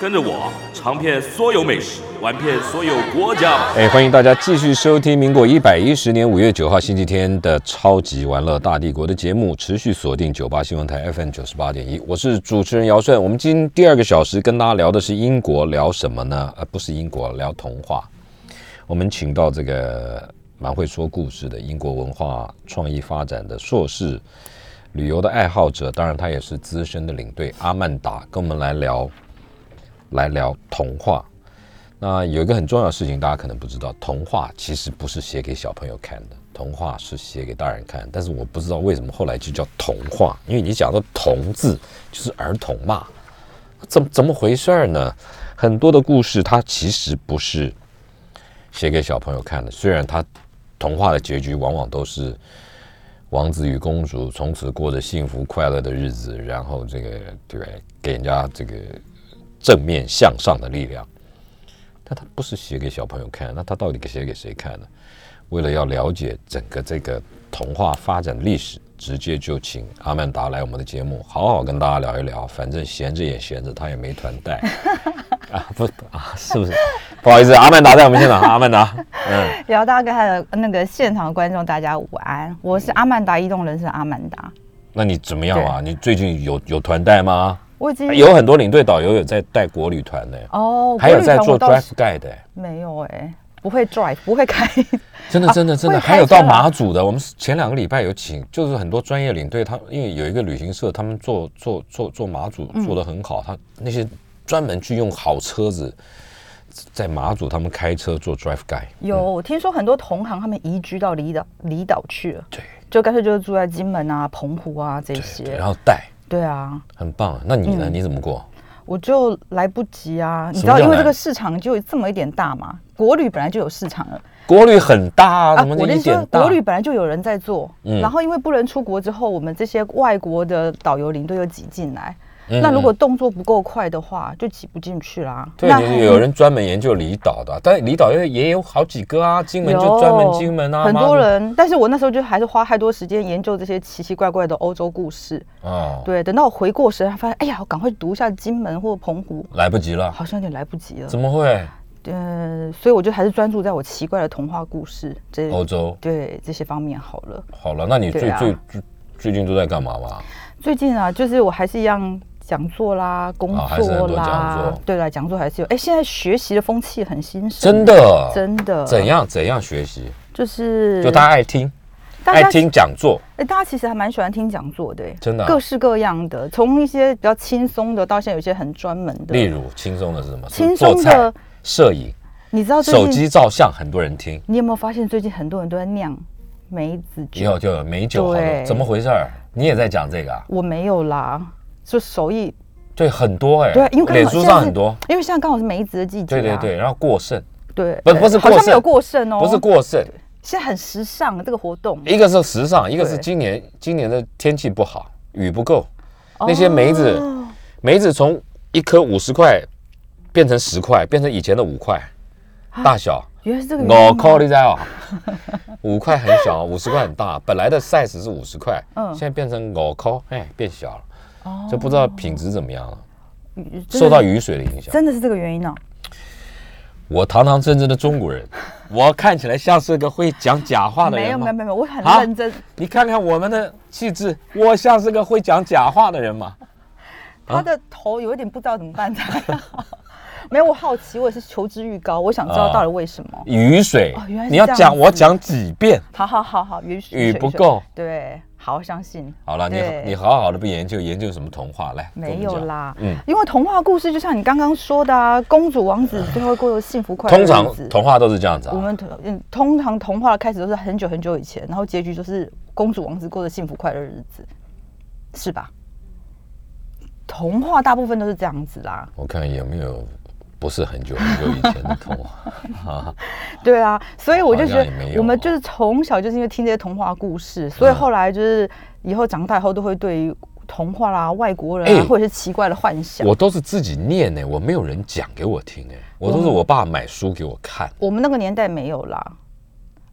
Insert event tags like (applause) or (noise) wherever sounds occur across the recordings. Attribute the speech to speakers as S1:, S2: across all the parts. S1: 跟着我尝遍所有美食，玩遍所有国家吧。
S2: 哎，欢迎大家继续收听民国一百一十年五月九号星期天的《超级玩乐大帝国》的节目，持续锁定九八新闻台 FM 九十八点一，我是主持人姚顺。我们今天第二个小时跟大家聊的是英国，聊什么呢？呃，不是英国，聊童话。我们请到这个蛮会说故事的英国文化创意发展的硕士，旅游的爱好者，当然他也是资深的领队阿曼达，跟我们来聊，来聊童话。那有一个很重要的事情，大家可能不知道，童话其实不是写给小朋友看的，童话是写给大人看。但是我不知道为什么后来就叫童话，因为你讲到“童”字，就是儿童嘛，怎么怎么回事儿呢？很多的故事它其实不是写给小朋友看的，虽然它童话的结局往往都是王子与公主从此过着幸福快乐的日子，然后这个对不对，给人家这个正面向上的力量。但它不是写给小朋友看，那它到底给写给谁看呢？为了要了解整个这个童话发展的历史，直接就请阿曼达来我们的节目，好好跟大家聊一聊。反正闲着也闲着，他也没团
S3: (laughs)
S2: 带啊，不啊，是不是？不好意思，阿曼达在我们现场，阿曼达，嗯，
S3: 姚大哥还有那个现场观众，大家午安，我
S2: 嗯
S3: 是阿曼达移动人生阿曼达，
S2: 那你怎么样啊？你最近有有团带吗？
S3: 我已经
S2: 哎有很多领队导游有在带国旅团的，
S3: 哦，
S2: 还有
S3: 国旅
S2: 在
S3: 团
S2: 做
S3: 我倒
S2: drive
S3: 是
S2: guide 欸的。
S3: 没有哎、不会 drive，不会开，
S2: 真的，真的，真的，
S3: 会开
S2: 还有
S3: 车
S2: 到
S3: 啊
S2: 马祖的，我们前两个礼拜有请，就是很多专业领队，他因为有一个旅行社，他们做做做做马祖做得很
S3: 嗯
S2: 好，他那些专门去用好车子，在马祖他们开车做 drive guide，
S3: 有我听说很多同行他们移居到离岛离岛去了，
S2: 对
S3: 就干脆就是住在金门啊、澎湖啊这些，
S2: 对，然后带，
S3: 对啊，
S2: 很棒。那你
S3: 嗯
S2: 呢？你怎么过？
S3: 我就来不及啊，你
S2: 什
S3: 知
S2: 么
S3: 道，
S2: 叫
S3: 因为
S2: 来
S3: 这个市场就这么一点大嘛，国旅本来就有市场了。
S2: 国旅很大啊，怎么
S3: 我
S2: 那
S3: 的意
S2: 一
S3: 思就是
S2: 点大嗯
S3: 国？旅本来就有人在做，然后因为不能出国之后，我们这些外国的导游领队又挤进来。
S2: 嗯
S3: 那如果动作不够快的话，就挤不进去啦。
S2: 对
S3: 那，
S2: 有人专门研究离岛的啊，但离岛也也有好几个啊，金门就专门金门啊，
S3: 很
S2: 马祖
S3: 多人。但是我那时候就还是花太多时间研究这些奇奇怪怪的欧洲故事。
S2: 哦，
S3: 对，等到我回过神，发现哎呀，我赶快读一下金门或澎湖，
S2: 来不及了，
S3: 好像有点来不及了
S2: 怎。么会？
S3: 嗯、所以我就还是专注在我奇怪的童话故事这
S2: 欧洲。
S3: 对这些方面好了。
S2: 好了，那你最
S3: 对
S2: 最、
S3: 啊
S2: 最最近都在干嘛嘛？
S3: 最近啊，就是我还是一样讲座啦、工
S2: 啊还是很
S3: 作
S2: 多
S3: 啦，
S2: 讲座
S3: 对啦，讲座还是有。哎，现在学习的风气很兴盛，
S2: 真的，
S3: 真的，
S2: 怎？样怎样学习？
S3: 就是
S2: 就大家爱听，
S3: 大
S2: 爱
S3: 家
S2: 听讲座，
S3: 哎，大家其实还蛮喜欢听讲座的，哎
S2: 真的啊
S3: 各式各样的，从一些比较轻松的，到现在有些很专门的。
S2: 例，如轻松的是什么？
S3: 轻
S2: 做
S3: 松
S2: 菜
S3: 的、
S2: 摄影、
S3: 你知道最
S2: 手
S3: 近
S2: 机照相，很多人听，
S3: 你有没有发现最近很多人都在酿梅子
S2: 以
S3: 酒？
S2: 后就有美酒好多，
S3: 对
S2: 怎么回事儿？你也在讲这个啊？
S3: 我没有啦，就手艺
S2: 对，很多哎、
S3: 对啊，因为刚好
S2: 脸书
S3: 现在
S2: 上
S3: 是
S2: 很多，，
S3: 因为现在刚好是梅子的季节、
S2: 对
S3: 啊。
S2: 对对，然后过剩，
S3: 对，
S2: 不不是
S3: 好
S2: 过
S3: 像没有
S2: 剩
S3: 过剩哦，
S2: 不是过剩，
S3: 现在很时尚这个活动，
S2: 一个是时尚，一个是
S3: 对
S2: 今年今年的天气不好，雨不够，
S3: 哦
S2: 那些梅子、梅子从一颗五十块变成十块，变成以前的五块，大小。
S3: 原来啊是这个原
S2: 我
S3: 因啊
S2: 靠，
S3: 吗。
S2: 你在
S3: (laughs)
S2: 哦，五块很小，五十块很大。本来的 size 是五十块，
S3: 嗯哦
S2: 现在变成我靠，哎，变小了，就不知道品质怎么样了，啊
S3: 真的
S2: 受到雨水的影响。
S3: 真的是这个原因呢、哦
S2: 我堂堂正正的中
S3: (laughs)
S2: 国人，我看起来像是个会讲假话的
S3: 没
S2: 人
S3: 有没有
S2: 吗？
S3: 没有，我很
S2: 啊
S3: 认真。
S2: 你看看我们的气质，我像是个会讲假话的人吗？
S3: 他的头有一点不知道怎么办才好。 (laughs) 没有，我好奇，我也是求知欲高，我想知道到底为什么。
S2: 雨水
S3: 哦原来，是
S2: 你要
S3: 这样
S2: 讲我
S3: 子
S2: 讲几遍？
S3: 好好好好，允许
S2: 雨
S3: 水
S2: 不
S3: 水
S2: 够
S3: 对，好相信。
S2: 好了，你
S3: 对
S2: 你好好的不研究研究什么童话来？跟我
S3: 没
S2: 们
S3: 有
S2: 讲
S3: 啦，
S2: 嗯
S3: 因为童话故事就像你刚刚说的啊，公主王子最后过得幸福快乐
S2: 通
S3: 的
S2: 常
S3: 日子。
S2: 童话都是这样子
S3: 我
S2: 啊，
S3: 们通嗯，通常童话的开始都是很久很久以前，然后结局就是公主王子过着幸福快乐的日子，是吧？童话大部分都是这样子啦。
S2: 我看有没有不不是很久很久以前的童
S3: (laughs)
S2: 话啊，
S3: 对啊，所以我就觉
S2: 好像也没
S3: 得
S2: 有啊
S3: 我们就是从小就是因为听这些童话故事，所以后来就是以后长大以后都会对于童话啦、外国人啊，
S2: 哎
S3: 或者是奇怪的幻想。
S2: 我都是自己念呢、我没有人讲给我听哎、我都是我爸买书给我看。
S3: 我们那个年代没有啦。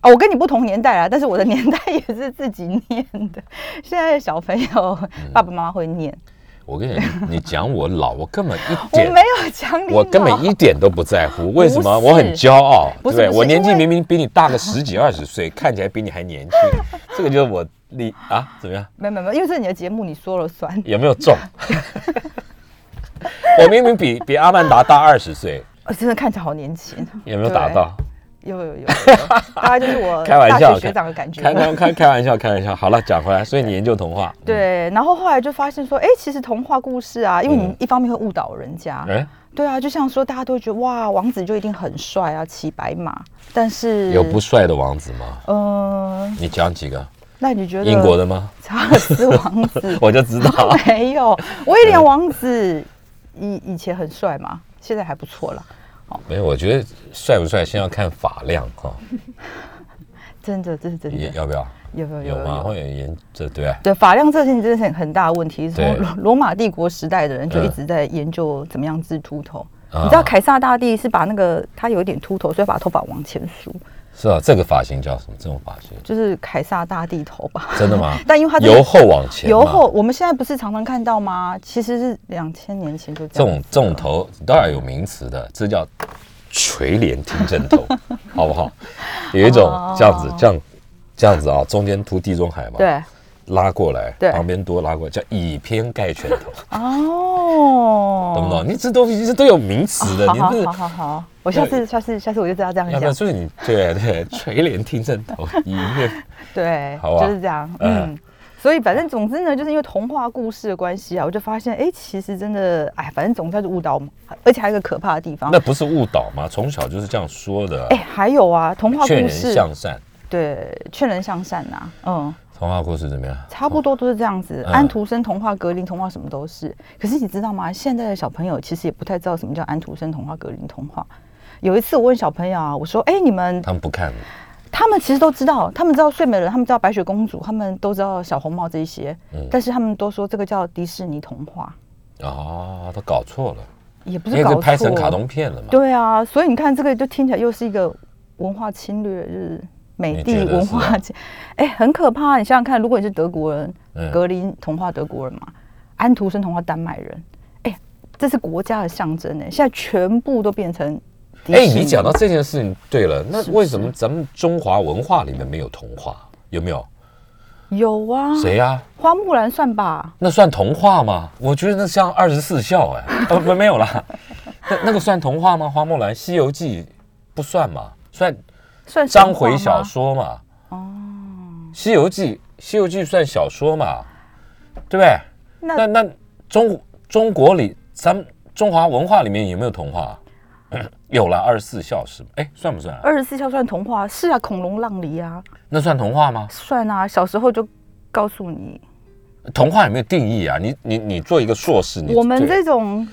S3: 啊，我跟你不同年代啦，但是我的年代也是自己念的。现在的小朋友，
S2: 嗯
S3: 爸爸妈妈会念，
S2: 我跟你
S3: (laughs)
S2: 讲，你讲我老，我根本一
S3: 我
S2: 点
S3: 没有讲你老，
S2: 我根本一点都不在乎，为什么？
S3: 不是
S2: 我很骄傲，对
S3: 不是
S2: 对？
S3: 不是
S2: 我年纪
S3: 因为
S2: 明明比你大个十几二十岁，看起来比你还年轻，这个就是我你啊，怎么样？
S3: 没有没有没有，因为这是你的节目，你说了算。
S2: 有没有
S3: (laughs)
S2: 中？我明明比比阿曼达大二十岁，
S3: 我真的看起来好年
S2: (laughs)
S3: 轻，
S2: 有没有达到？
S3: 有有有，有大概就是我
S2: 开玩
S3: 大
S2: 笑，
S3: 学学长的感觉。
S2: 开开开开玩笑，开玩笑。好了，讲回来，所以你研究童话，
S3: 对，然后后来就发现说，哎，其实童话故事啊，因为你一方面会误导人家，
S2: 嗯哎，
S3: 对啊，就像说大家都会觉得哇，王子就一定很帅啊，骑白马，但是
S2: 有不，帅的王子吗？
S3: 嗯，
S2: 你讲几个？
S3: 那你觉得
S2: 英国的
S3: (laughs)
S2: 吗？？
S3: 查尔斯王子
S2: (laughs) 我就知道
S3: 没有，威廉王子以以前很帅嘛，现在还不错了，
S2: 没有，我觉得帅不帅先要看发量哈，
S3: 真的，这是真
S2: 也
S3: 的，
S2: 要不要？
S3: 有有
S2: 有
S3: 嗯有
S2: 吗？
S3: 有。
S2: 会有研这对啊。
S3: 对法量这件真的是很很大的问题，
S2: 对
S3: 从罗罗马帝国时代的人就
S2: 嗯
S3: 一直在研究怎么样治秃头。
S2: 啊
S3: 你知道凯撒大帝是把那个他有一点秃头，所以把头发往前梳，
S2: 是啊，这个发型叫什么？这种发型
S3: 就是凯撒大帝头吧。 (laughs)？
S2: 真的吗
S3: 但因为他这个
S2: 由后往前嘛，
S3: 由后，我们现在不是常常看到吗？其实是两千年前就
S2: 这
S3: 这样。
S2: 种这种头当然有名词的，这叫垂帘听政
S3: (laughs)
S2: 头，好不好？有一种
S3: 哦
S2: 这样子，这样这样子啊，中间凸地中海嘛，，
S3: 对
S2: 拉过来，
S3: 对
S2: 旁边多拉过来，叫以偏概全头，
S3: 哦，
S2: 懂不懂？你这都这都有名词的，
S3: 好
S2: 你
S3: 好
S2: 这
S3: 好好好，我下次下次下次我就知道这样
S2: 要不要？
S3: 讲。
S2: 所以你对对，垂帘听政
S3: (laughs)
S2: 头，以面
S3: 对，
S2: 好啊
S3: 就是这样。
S2: 嗯
S3: 嗯，所以反正总之呢，就是因为童话故事的关系啊，我就发现，哎，其实真的，哎，反正总之它就误导我们，而且还有一个可怕的地方
S2: 那。不是误导吗？从小就是这样说的
S3: 哎，，还有啊，童话
S2: 劝
S3: 故
S2: 人
S3: 事
S2: 向善。
S3: 对劝人向善呐、嗯，
S2: 童话故事怎么样？
S3: 差不多都是这样子。
S2: 嗯
S3: 安徒生童话、格林童话什么都是。可是你知道吗？现在的小朋友其实也不太知道什么叫安徒生童话、格林童话。有一次我问小朋友啊，我说：“哎、你们
S2: 他们不看的，
S3: 他们其实都知道，他们知道睡美人，他们知道白雪公主，他们都知道小红帽这一些，
S2: 嗯
S3: 但是他们都说这个叫迪士尼童话，
S2: 哦，他搞错了，
S3: 也不
S2: 因
S3: 是
S2: 为
S3: 搞
S2: 这
S3: 错。
S2: 拍成卡通片了嘛。
S3: 对啊，所以你看这个就听起来又是一个文化侵略，就是美
S2: 你
S3: 帝
S2: 觉得
S3: 文
S2: 是啊
S3: 化侵，哎、很可怕。你想想看，如果你是德国人，
S2: 嗯
S3: 格林童话德国人嘛，哎安徒生童话丹麦人，哎、这是国家的象征哎、现在全部都变成迪士
S2: 哎、
S3: 尼。
S2: 你讲到这件事情，对了，那为什么咱们中华文化里面没有童话？有没有？
S3: 有啊，
S2: 谁呀、
S3: 花木兰算吧，
S2: 那算童话吗？我觉得那像二十四孝哎， (laughs) 呃不没有啦，那那个算童话吗？花木兰、西游记不算嘛，算
S3: 算神
S2: 章
S3: 话
S2: 回小
S3: 吗
S2: 说嘛。哦，西游记，西游记算小说嘛，对不对？
S3: 那
S2: 那那中中国里，咱们中华文化里面有没有童话？ (coughs) 有了二十四孝是吗？哎，算不算啊？
S3: 二十四孝算童话？是啊，恐龙浪里啊，
S2: 那算童话吗？
S3: 算啊，小时候就告诉你，
S2: 童话有没有定义啊？你你你做一个硕士，你
S3: 我们
S2: 对
S3: 这种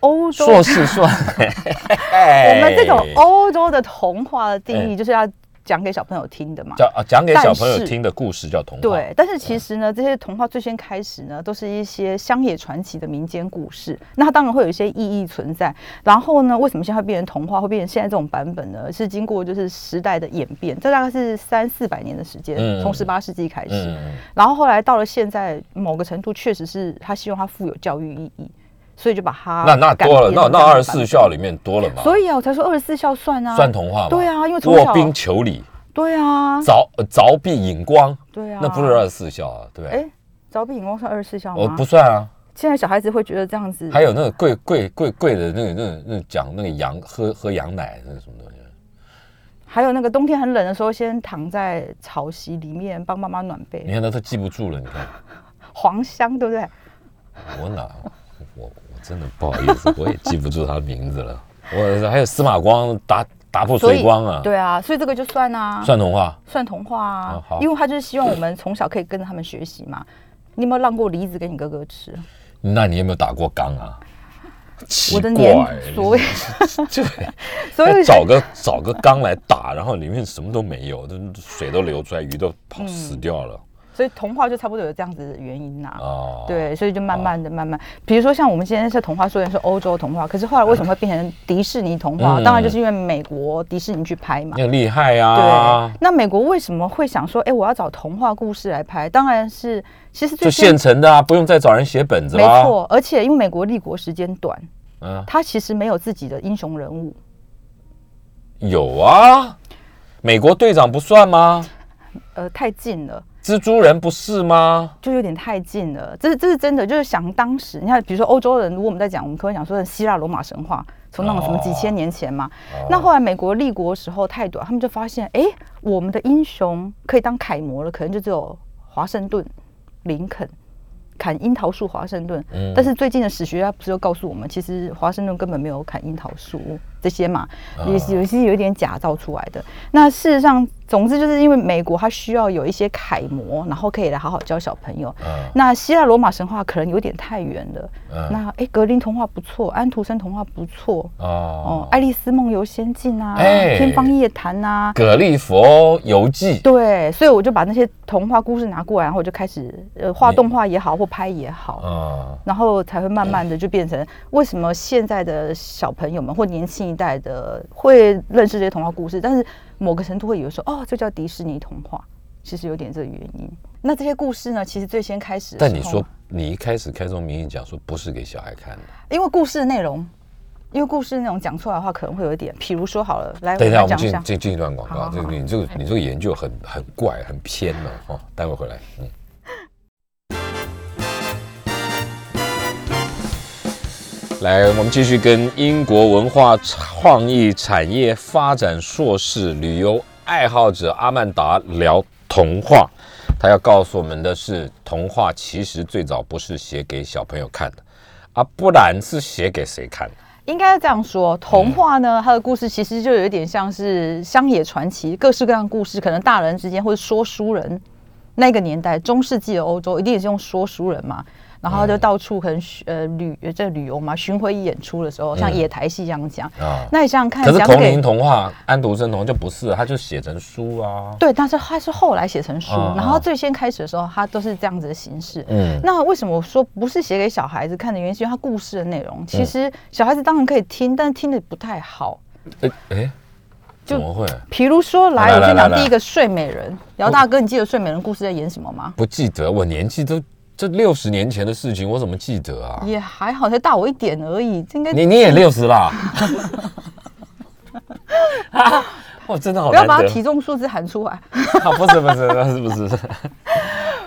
S3: 欧洲，
S2: 硕士算，
S3: (laughs)
S2: 哎
S3: 我
S2: 我
S3: 们这种欧洲的童话的定义就是要讲给小朋友听的嘛。
S2: 哎讲啊哎讲给小朋友
S3: 但是
S2: 听的故事叫童话，
S3: 对，但是其实呢，这些童话最先开始呢，都是一些乡野传奇的民间故事。那它当然会有一些意义存在。然后呢，为什么现在会变成童话，会变成现在这种版本呢？是经过就是时代的演变，这大概是三四百年的时间
S2: 嗯，
S3: 从十八世纪开始。
S2: 嗯，嗯，
S3: 然后后来到了现在某个程度，确实是他希望它富有教育意义，所以就把它
S2: 那那多了，
S3: 改编
S2: 那
S3: 成
S2: 那
S3: 这样的
S2: 二十
S3: 版
S2: 四
S3: 本
S2: 孝里面多了嘛，
S3: 所以啊，我才说二十四孝算啊，
S2: 算童话嘛，
S3: 对啊因为从
S2: 卧
S3: 小
S2: 冰求鲤，
S3: 对啊，
S2: 凿呃凿壁引光，
S3: 对啊，
S2: 那不是二十四孝啊，对不对？
S3: 哎，凿壁引光算二十四孝
S2: 我
S3: 吗？
S2: 不算啊，
S3: 现在小孩子会觉得这样子，
S2: 还有那个贵贵贵贵的那个那个那个讲那个羊喝喝羊奶那个什么东西，
S3: 还有那个冬天很冷的时候，先躺在草席里面帮妈妈暖
S2: 你
S3: 被，
S2: 看他都记不住了，你看。
S3: 黄香对不
S2: 啊
S3: 对？
S2: 我哪？ (laughs) 我我真的不好意思，我也记不住他的名字了。我还有司马光打打破
S3: 所
S2: 水
S3: 以
S2: 光啊，
S3: 对啊，所以这个就算啊，
S2: 算童话。
S3: 算童话
S2: 啊
S3: 啊
S2: 好，
S3: 因为他就是希望我们从小可以跟着他们学习嘛。你有没有让过梨子给你哥哥吃？
S2: 那你有没有打过缸啊？奇
S3: 我的
S2: 怪
S3: 年，所
S2: 所
S3: 谓
S2: 以 (laughs)
S3: 所以
S2: 找个找个缸来打，然后里面什么都没有，都水都流出来，鱼都
S3: 嗯
S2: 跑死掉了
S3: 所以童话就差不多有这样子的原因呐、
S2: 啊！，
S3: 对，所以就慢慢的、慢慢，比如说像我们今天是童话，虽然是欧洲童话，可是后来为什么会变成迪士尼童话？
S2: 嗯
S3: 当然就是因为美国迪士尼去拍嘛
S2: 你。很厉害呀、
S3: 对
S2: 啊，，
S3: 那美国为什么会想说，哎、我要找童话故事来拍？当然是，其实最
S2: 就
S3: 先
S2: 现成的啊，不用再找人写本子
S3: 没
S2: 啦。，
S3: 错，而且因为美国立国时间短，
S2: 啊嗯，
S3: 他其实没有自己的英雄人物，
S2: 有啊，美国队长不算吗？
S3: 呃，太近了。
S2: 蜘蛛人不是吗？
S3: 就有点太近了，这是这是真的，就是想当时，你看，比如说欧洲人，如果我们在讲，我们可能讲说希腊罗马神话，从那种什么几千年前嘛，那后来美国立国时候太短，他们就发现，哎，我们的英雄可以当楷模了，可能就只有华盛顿、林肯。砍樱桃树，华盛顿。
S2: 嗯
S3: 但是最近的史学家不是又告诉我们，其实华盛顿根本没有砍樱桃树这些嘛，
S2: 啊
S3: 也是有些有一点假造出来的。那事实上，总之就是因为美国它需要有一些楷模，然后可以来好好教小朋友。
S2: 嗯
S3: 那希腊罗马神话可能有点太远了。
S2: 嗯
S3: 那哎，诶格林童话不错，安徒生童话不错，哦
S2: 哦，，
S3: 爱丽丝梦游仙境啊，
S2: 哎
S3: 天方夜谭啊，
S2: 格利佛游记
S3: 对，所以我就把那些童话故事拿过来，然后我就开始呃画动画也好，或拍也好，
S2: 啊，
S3: 然后才会慢慢的就变成为什么现在的小朋友们或年轻一代的会认识这些童话故事，但是某个程度会以为说哦，这叫迪士尼童话，其实有点这个原因。那这些故事呢，其实最先开始的
S2: 但
S3: 时
S2: 你
S3: 候
S2: 说，你一开始开宗明义讲说不是给小孩看的，
S3: 因为故事的内容，因为故事内容讲出来的话，可能会有一点，比如说好了，来，
S2: 等一下，我们
S3: 来讲一
S2: 进
S3: 下。
S2: 进进一段广告。
S3: 好
S2: 这个
S3: 好
S2: 你这个你这个研究很很怪，很偏了哦。待会回来，嗯。来，我们继续跟英国文化创意产业发展硕士、旅游爱好者阿曼达聊童话。他要告诉我们的是，童话其实最早不是写给小朋友看的，啊，不然是写给谁看的？
S3: 应该这样说，童话
S2: 嗯
S3: 呢，它的故事其实就有一点像是乡野传奇，各式各样的故事，可能大人之间或者说书人。那个年代，中世纪的欧洲一定也是用说书人嘛，然后
S2: 嗯
S3: 就到处可能巡呃旅呃这旅游嘛，巡回演出的时候，像野台戏这样讲。
S2: 啊
S3: 那你想想看，
S2: 可是
S3: 讲
S2: 孔
S3: 给
S2: 林童话、安徒生童话就不是，他就写成书啊。
S3: 对，但是它是后来写成书，
S2: 嗯嗯
S3: 然后最先开始的时候，它都是这样子的形式。
S2: 嗯，
S3: 那为什么我说不是写给小孩子看的原因，是因为它故事的内容，
S2: 嗯
S3: 其实小孩子当然可以听，但是听的不太好。
S2: 哎哎，
S3: 就
S2: 怎么会
S3: 比如说，来，
S2: 来
S3: 我
S2: 来
S3: 先
S2: 来
S3: 讲
S2: 来哦
S3: 第一个睡美人。姚大哥，你记得睡美人故事在演什么吗？
S2: 不记得？我年纪都这六十年前的事情，我怎么记得啊？
S3: 也还好，才大我一点而已，这应该
S2: 你你也六十
S3: (laughs)
S2: 啦？哇，真的好
S3: 不要
S2: 难
S3: 把
S2: 得
S3: 体重数字喊出来。
S2: 啊！不是不是不是不
S3: (laughs)
S2: 是，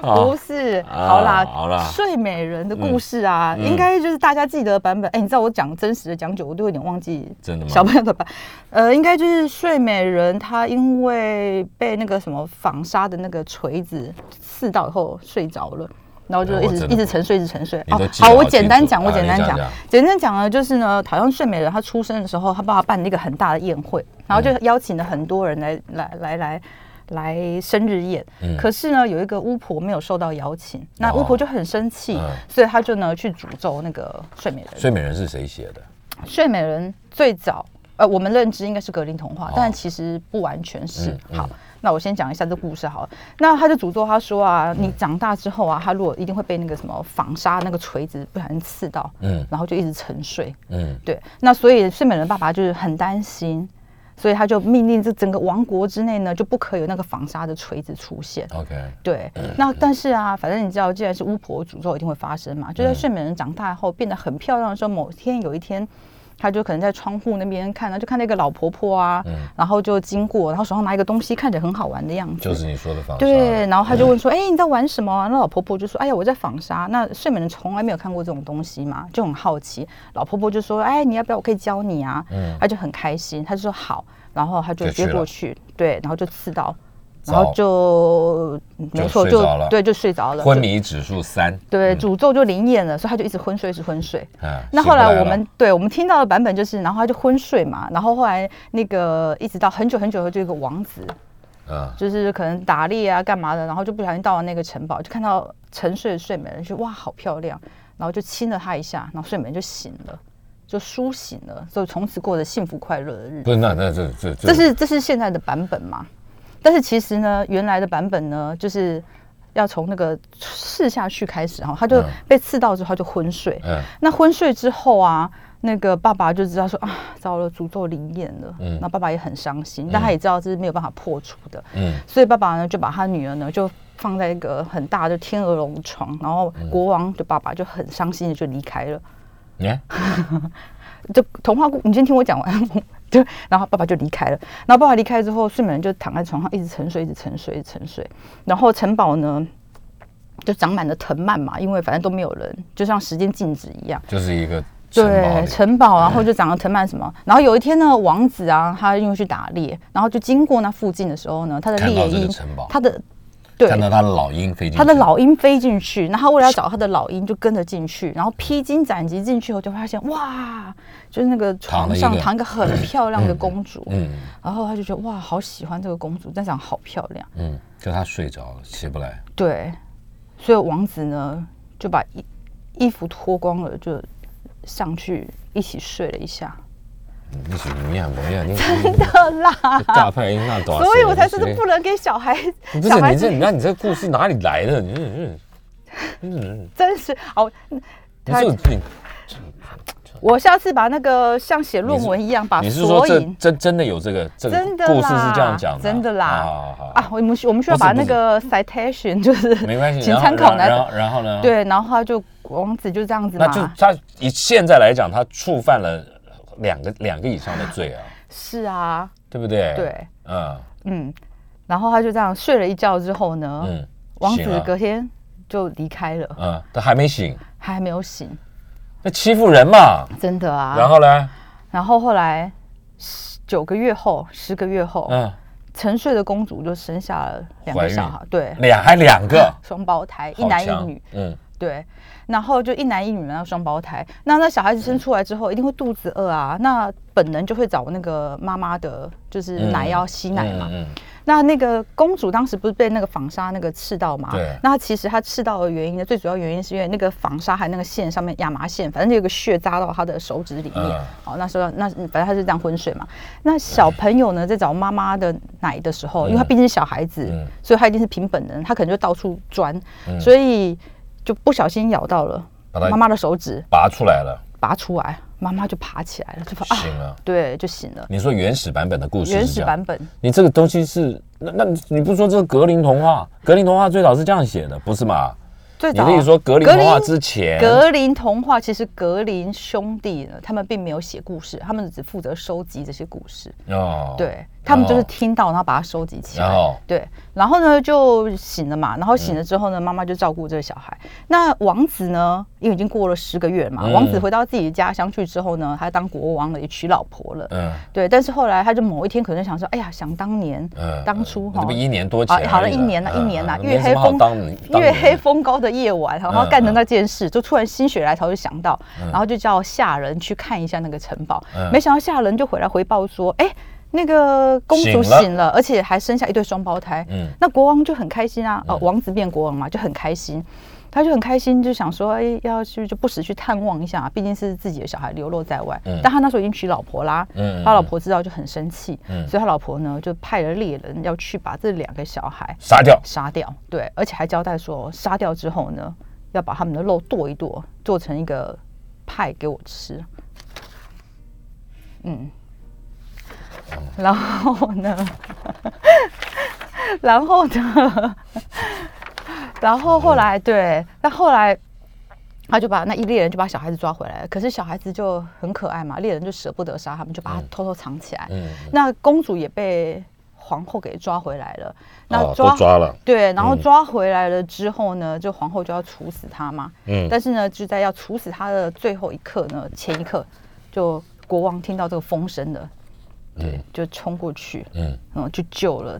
S3: 不是，
S2: 啊
S3: 好啦，
S2: 好啦嗯
S3: 睡美人的故事啊，应该就是大家记得的版本。哎，你知道我讲真实的讲久，我都有点忘记
S2: 真的吗
S3: 小朋友的版，呃，应该就是睡美人，她因为被那个什么纺纱的那个锤子刺到以后睡着了。然后就
S2: 哎
S3: 一
S2: 我
S3: 直
S2: 真的
S3: 一直
S2: 不
S3: 沉睡，一直沉睡。哦
S2: 你都记得
S3: 好，
S2: 好
S3: 我简单
S2: 清楚
S3: 讲，我
S2: 啊
S3: 简
S2: 你
S3: 单
S2: 讲
S3: 讲
S2: 讲，
S3: 简单讲呢，就是呢，好像睡美人她出生的时候，她帮她办了一个很大的宴会，然后就邀请了很多人来来来来来生日宴。
S2: 嗯
S3: 可是呢，有一个巫婆没有受到邀请，那巫婆就很生气，
S2: 哦嗯
S3: 所以她就呢去诅咒那个睡美人。
S2: 睡美人是谁写的？
S3: 睡美人最早，呃，我们认知应该是格林童话，但其实不完全是。好，那我先讲一下这故事好了。那他就诅咒他说啊，你长大之后啊，他如果一定会被那个什么纺纱那个锤子不小心刺到，
S2: 嗯
S3: 然后就一直沉睡。
S2: 嗯，
S3: 对，那所以睡美人爸爸就是很担心。所以他就命令这整个王国之内呢，就不可以有那个纺纱的锤子出现。
S2: OK，
S3: 对，那但是啊，反正你知道，既然是巫婆诅咒，一定会发生嘛。就在睡美人长大后变得很漂亮的时候，某天有一天，她就可能在窗户那边看，然后就看到一个老婆婆啊，然后就经过，然后手上拿一个东西，看起来很好玩的样子。
S2: 就是你说的方
S3: 对，然后她就
S2: 嗯
S3: 问说：“哎、你在玩什么、啊？”那老婆婆就说：“哎呀，我在纺纱。”那睡美人从来没有看过这种东西嘛，就很好奇。老婆婆就说：“哎，你要不要？我可以教你啊。”她就很开心，她就说好，然后她就
S2: 嗯就去
S3: 接过
S2: 了
S3: 去，对，然后就刺到。
S2: 糟
S3: 然后就没错，
S2: 睡
S3: 就
S2: 着了
S3: 对，就睡着了，
S2: 昏
S3: 就。
S2: 迷指数三，
S3: 对，诅咒就灵验了，所以他就一直昏睡，一直昏睡。
S2: 啊
S3: 那
S2: 醒不
S3: 后来
S2: 了
S3: 我们对我们听到的版本就是，然后他就昏睡嘛，然后后来那个一直到很久很久以后，就有一个王子，
S2: 嗯
S3: 就是可能打猎啊干嘛的，然后就不小心到了那个城堡，就看到沉睡的睡美人，就哇好漂亮，然后就亲了她一下，然后睡美人就醒了，就苏醒了，所以从此过着幸福快乐的日
S2: 不
S3: 子。
S2: 是，那那这这
S3: 这是这是现在的版本嘛？但是其实呢，原来的版本呢，就是要从那个刺下去开始哈，他就
S2: 嗯
S3: 被刺到之后他就昏睡，
S2: 嗯
S3: 那昏睡之后啊，那个爸爸就知道说啊，糟了，诅咒灵验了。
S2: 嗯
S3: 嗯，那爸爸也很伤心，但他也知道这是没有办法破除的，
S2: 嗯
S3: 所以爸爸呢就把他女儿呢就放在一个很大的天鹅绒床，然后国王的爸爸就很伤心的就离开了。
S2: 你看
S3: 就童话故，你先听我讲完。嗯就然后爸爸就离开了，然后爸爸离开之后，睡美人就躺在床上一直沉睡，一直沉睡，一直沉睡。然后城堡呢，就长满了藤蔓嘛，因为反正都没有人，就像时间静止一样。
S2: 就是一个城堡
S3: 对，
S2: 里
S3: 城堡，然后就长了藤蔓什么。然后有一天呢，王子啊，他因为去打猎，然后就经过那附近的时候呢，他的
S2: 看到
S3: 猎
S2: 这个
S3: 鹰
S2: 城堡，
S3: 他的对
S2: 看，到他的老鹰飞进去，
S3: 他的老鹰飞进去，然后他为了要找他的老鹰，就跟着进去，然后披荆斩棘进去后，就发现哇，就是那个
S2: 躺了
S3: 床
S2: 一
S3: 上
S2: 个
S3: 躺一个很漂亮的公主，
S2: 嗯
S3: 然后他就觉得哇，好喜欢这个公主，但长得好漂亮，
S2: 嗯，就他睡着了，起不来，
S3: 对，所以王子呢就把衣衣服脱光了，就上去一起睡了
S2: (laughs)
S3: 一下。 (laughs)
S2: 嗯你是你很不一样，你真的
S3: 啦，
S2: 大派音那多少岁，
S3: 所以我才说
S2: 你
S3: 这不能给小孩
S2: 不
S3: 小
S2: 是
S3: 孩
S2: 你这
S3: 子
S2: 你那你这故事哪里来的？你你你
S3: 真实好。
S2: 你这你
S3: 我下次把那个像写论文一样把
S2: 你是说
S3: 索
S2: 这
S3: 引
S2: 真真的有这个这个
S3: 真的
S2: 故事是这样
S3: 啦
S2: 讲的啊，
S3: 真的啦
S2: 好好好
S3: 啊，我们需我们需要
S2: 不是
S3: 把
S2: 不
S3: 那
S2: 是
S3: 个 citation (laughs) 就是
S2: 没关系，
S3: 请
S2: 然后
S3: 参考
S2: 然
S3: 来
S2: 后然后呢？，
S3: 对，然后他就王子就这样子
S2: 那就
S3: 嘛，
S2: 他以现在来讲，他触犯了两个两个以上的罪啊，
S3: 是啊，
S2: 对不对？
S3: 对，
S2: 嗯
S3: 嗯，然后他就这样睡了一觉之后呢，
S2: 嗯，
S3: 王
S2: 醒
S3: 子
S2: 了
S3: 隔天就离开了，
S2: 嗯，他还没醒，
S3: 他还没有醒，
S2: 那欺负人嘛。
S3: 真的啊。
S2: 然后呢？
S3: 然后后来十九个月后，十个月后，
S2: 嗯，
S3: 沉睡的公主就生下了两
S2: 怀
S3: 个
S2: 孕
S3: 小孩，对，
S2: 两嗯还两个，
S3: 双胞胎，啊一
S2: 好
S3: 男一
S2: 强
S3: 女，，
S2: 嗯，
S3: 对。然后就一男一女，然后双胞胎。那那小孩子生出来之后，一定会肚子饿啊，那本能就会找那个妈妈的，就是奶
S2: 嗯
S3: 要吸奶嘛。
S2: 嗯，嗯
S3: 那那个公主当时不是被那个纺纱那个刺到吗？
S2: 对
S3: 那她其实她刺到的原因呢，最主要原因是因为那个纺纱还有那个线上面亚麻线，反正就有个血扎到她的手指里面。
S2: 嗯
S3: 好，那时候那反正她就这样昏睡嘛。那小朋友呢，在找妈妈的奶的时候，因为他毕竟是小孩子，
S2: 嗯
S3: 所以他一定是凭本能，他可能就到处钻，所以就不小心咬到了
S2: 把它
S3: 妈妈的手指，
S2: 拔出来了，
S3: 拔出来，妈妈就爬起来了，就发
S2: 醒了
S3: 对，就醒了。
S2: 你说原始版本的故事，
S3: 啊原始版，本
S2: 你这个东西是那那你不说这个格林童话，格林童话最早是这样写的，不是吗？
S3: 最
S2: 你
S3: 早啊
S2: 的意思说格林
S3: 格
S2: 童话
S3: 林
S2: 之前，
S3: 格林童话其实格林兄弟呢，他们并没有写故事，他们只负责收集这些故事。
S2: 哦，
S3: 对他们就是
S2: 哦
S3: 听到，然后把它收集起来。
S2: 然后
S3: 对，然后呢就醒了嘛，然后醒了之后呢，妈妈就照顾这个小孩。那王子呢，因为已经过了十个月嘛，
S2: 嗯
S3: 王子回到自己的家乡去之后呢，他当国王了，也娶老婆了。
S2: 嗯
S3: 对，但是后来他就某一天可能想说，哎呀，想当年，
S2: 嗯，
S3: 当初
S2: 这
S3: 哈
S2: 不，一年多
S3: 啊
S2: 前，
S3: 好了，一年
S2: 嗯
S3: 了，一年了，月
S2: 月
S3: 黑风
S2: 当当
S3: (laughs) 月
S2: 年
S3: 黑风高的夜晚，然后
S2: 嗯
S3: 干的
S2: 嗯
S3: 那件事，就突然心血来潮就想到，然后就叫下人去看一下那个城堡
S2: 嗯。
S3: 没想到下人就回来回报说，哎。那个公
S2: 醒
S3: 主
S2: 了
S3: 醒了，而且还生下一对双胞胎。
S2: 嗯
S3: 那国王就很开心啊，哦，王子变国王嘛，就很开心。他就很开心，就想说，哎，要去就不时去探望一下，毕竟是自己的小孩流落在外。
S2: 嗯
S3: 但他那时候已经娶老婆啦，
S2: 嗯嗯
S3: 他老婆知道就很生气，
S2: 嗯
S3: 所以他老婆呢就派了猎人要去把这两个小孩
S2: 杀掉，
S3: 杀掉，对，而且还交代说杀掉之后呢，要把他们的肉剁一剁，做成一个派给我吃。嗯，然后呢， (laughs) 然后呢，然后后来对，那后来他就把那一猎人就把小孩子抓回来了，可是小孩子就很可爱嘛，猎人就舍不得杀他们，就把他偷偷藏起来。
S2: 嗯，
S3: 那公主也被皇后给抓回来了，
S2: 哦
S3: 那
S2: 都抓了，
S3: 对，然后抓回来了之后呢，就皇后就要处死她嘛。
S2: 嗯
S3: 但是呢，就在要处死她的最后一刻呢，前一刻，就国王听到这个风声了，对，就冲过去，
S2: 嗯
S3: 嗯，嗯，就救了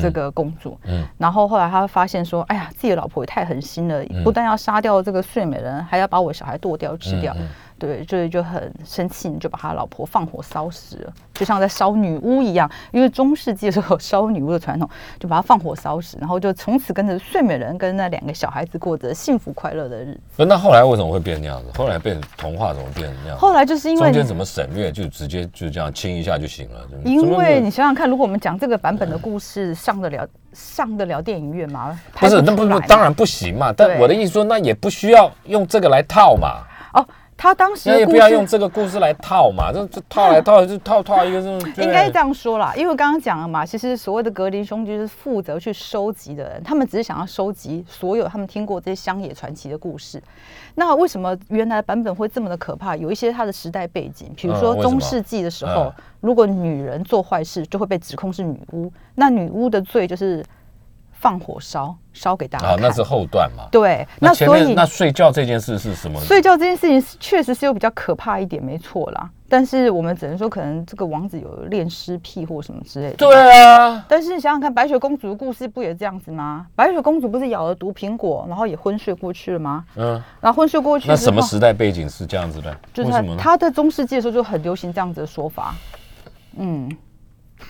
S3: 这个公主。
S2: 嗯
S3: 嗯，然后后来他发现说，哎嗯呀，自己的老婆也太狠心了，不但要杀掉这个睡美人，还要把我小孩剁掉吃掉。对，所以就很生气，就把他老婆放火烧死了，就像在烧女巫一样。因为中世纪的时候有烧女巫的传统，就把他放火烧死，然后就从此跟着睡美人跟那两个小孩子过着幸福快乐的日子。
S2: 那那后来为什么会变那样子？后来变童话怎么变那样子？
S3: 后来就是因为
S2: 中
S3: 你
S2: 间怎么省略，就直接就这样亲一下就行了。就是
S3: 因
S2: 中间没
S3: 为
S2: 有
S3: 你想想看，如果我们讲这个版本的故事，上得了上得了电影院吗？
S2: 不是，
S3: 拍
S2: 那不
S3: 出来
S2: 是
S3: 嘛
S2: 当然不行嘛。但
S3: 对
S2: 我的意思说，那也不需要用这个来套嘛，
S3: 哦，他当时
S2: 那
S3: 的
S2: 也不
S3: 故
S2: 要用
S3: 事。
S2: 这个故事来套嘛，这这套来
S3: (laughs)
S2: 套就套套一个这种。
S3: 应该这样说啦，因为刚刚讲了嘛，其实所谓的格林兄弟就是负责去收集的人，他们只是想要收集所有他们听过这些乡野传奇的故事。那为什么原来版本会这么的可怕？有一些它的时代背景，比
S2: 嗯
S3: 如
S2: 为
S3: 说
S2: 什么
S3: 中世纪的时候，
S2: 嗯
S3: 如果女人做坏事就会被指控是女巫，那女巫的罪就是放火烧烧给大家
S2: 啊，
S3: 看。
S2: 那是后段嘛。
S3: 对，
S2: 那
S3: 那
S2: 前
S3: 所
S2: 面
S3: 以
S2: 那睡觉这件事是什么？
S3: 睡觉这件事情是确实是有比较可怕一点，没错啦。但是我们只能说，可能这个王子有恋尸癖或什么之类的。
S2: 对啊，
S3: 但是你想想看，白雪公主的故事不也这样子吗？白雪公主不是咬了毒苹果，然后也昏睡过去了吗？
S2: 嗯，
S3: 然后昏睡过去之
S2: 那
S3: 后，
S2: 什么时代背景是这样子的？
S3: 哦就是
S2: 为
S3: 他
S2: 什么呢？
S3: 他在中世纪的时候就很流行这样子的说法，嗯。 (laughs)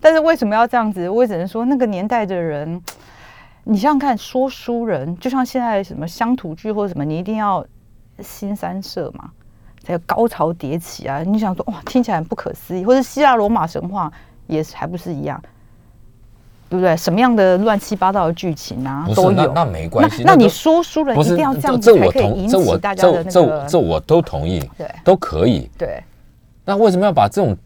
S3: 但是为什么要这样子？我只能说那个年代的人，你想想看，说书人就像现在什么乡土剧或者什么，你一定要新三社嘛，才有高潮迭起啊！你想说哇，听起来很不可思议，或者希腊罗马神话也是还不是一样，对不对？什么样的乱七八糟的剧情啊
S2: 不
S3: 都
S2: 是，那
S3: 有。
S2: 那没关系。
S3: 那
S2: 就
S3: 你说书人
S2: 不
S3: 一
S2: 是
S3: 定要这样
S2: 这
S3: 子
S2: 这
S3: 才
S2: 我
S3: 可以
S2: 同
S3: 引
S2: 这
S3: 起
S2: 我
S3: 大家
S2: 这
S3: 的那
S2: 这我
S3: 个
S2: 这我都同意，
S3: 对
S2: 都可以。
S3: 对。
S2: 那为什么要把这种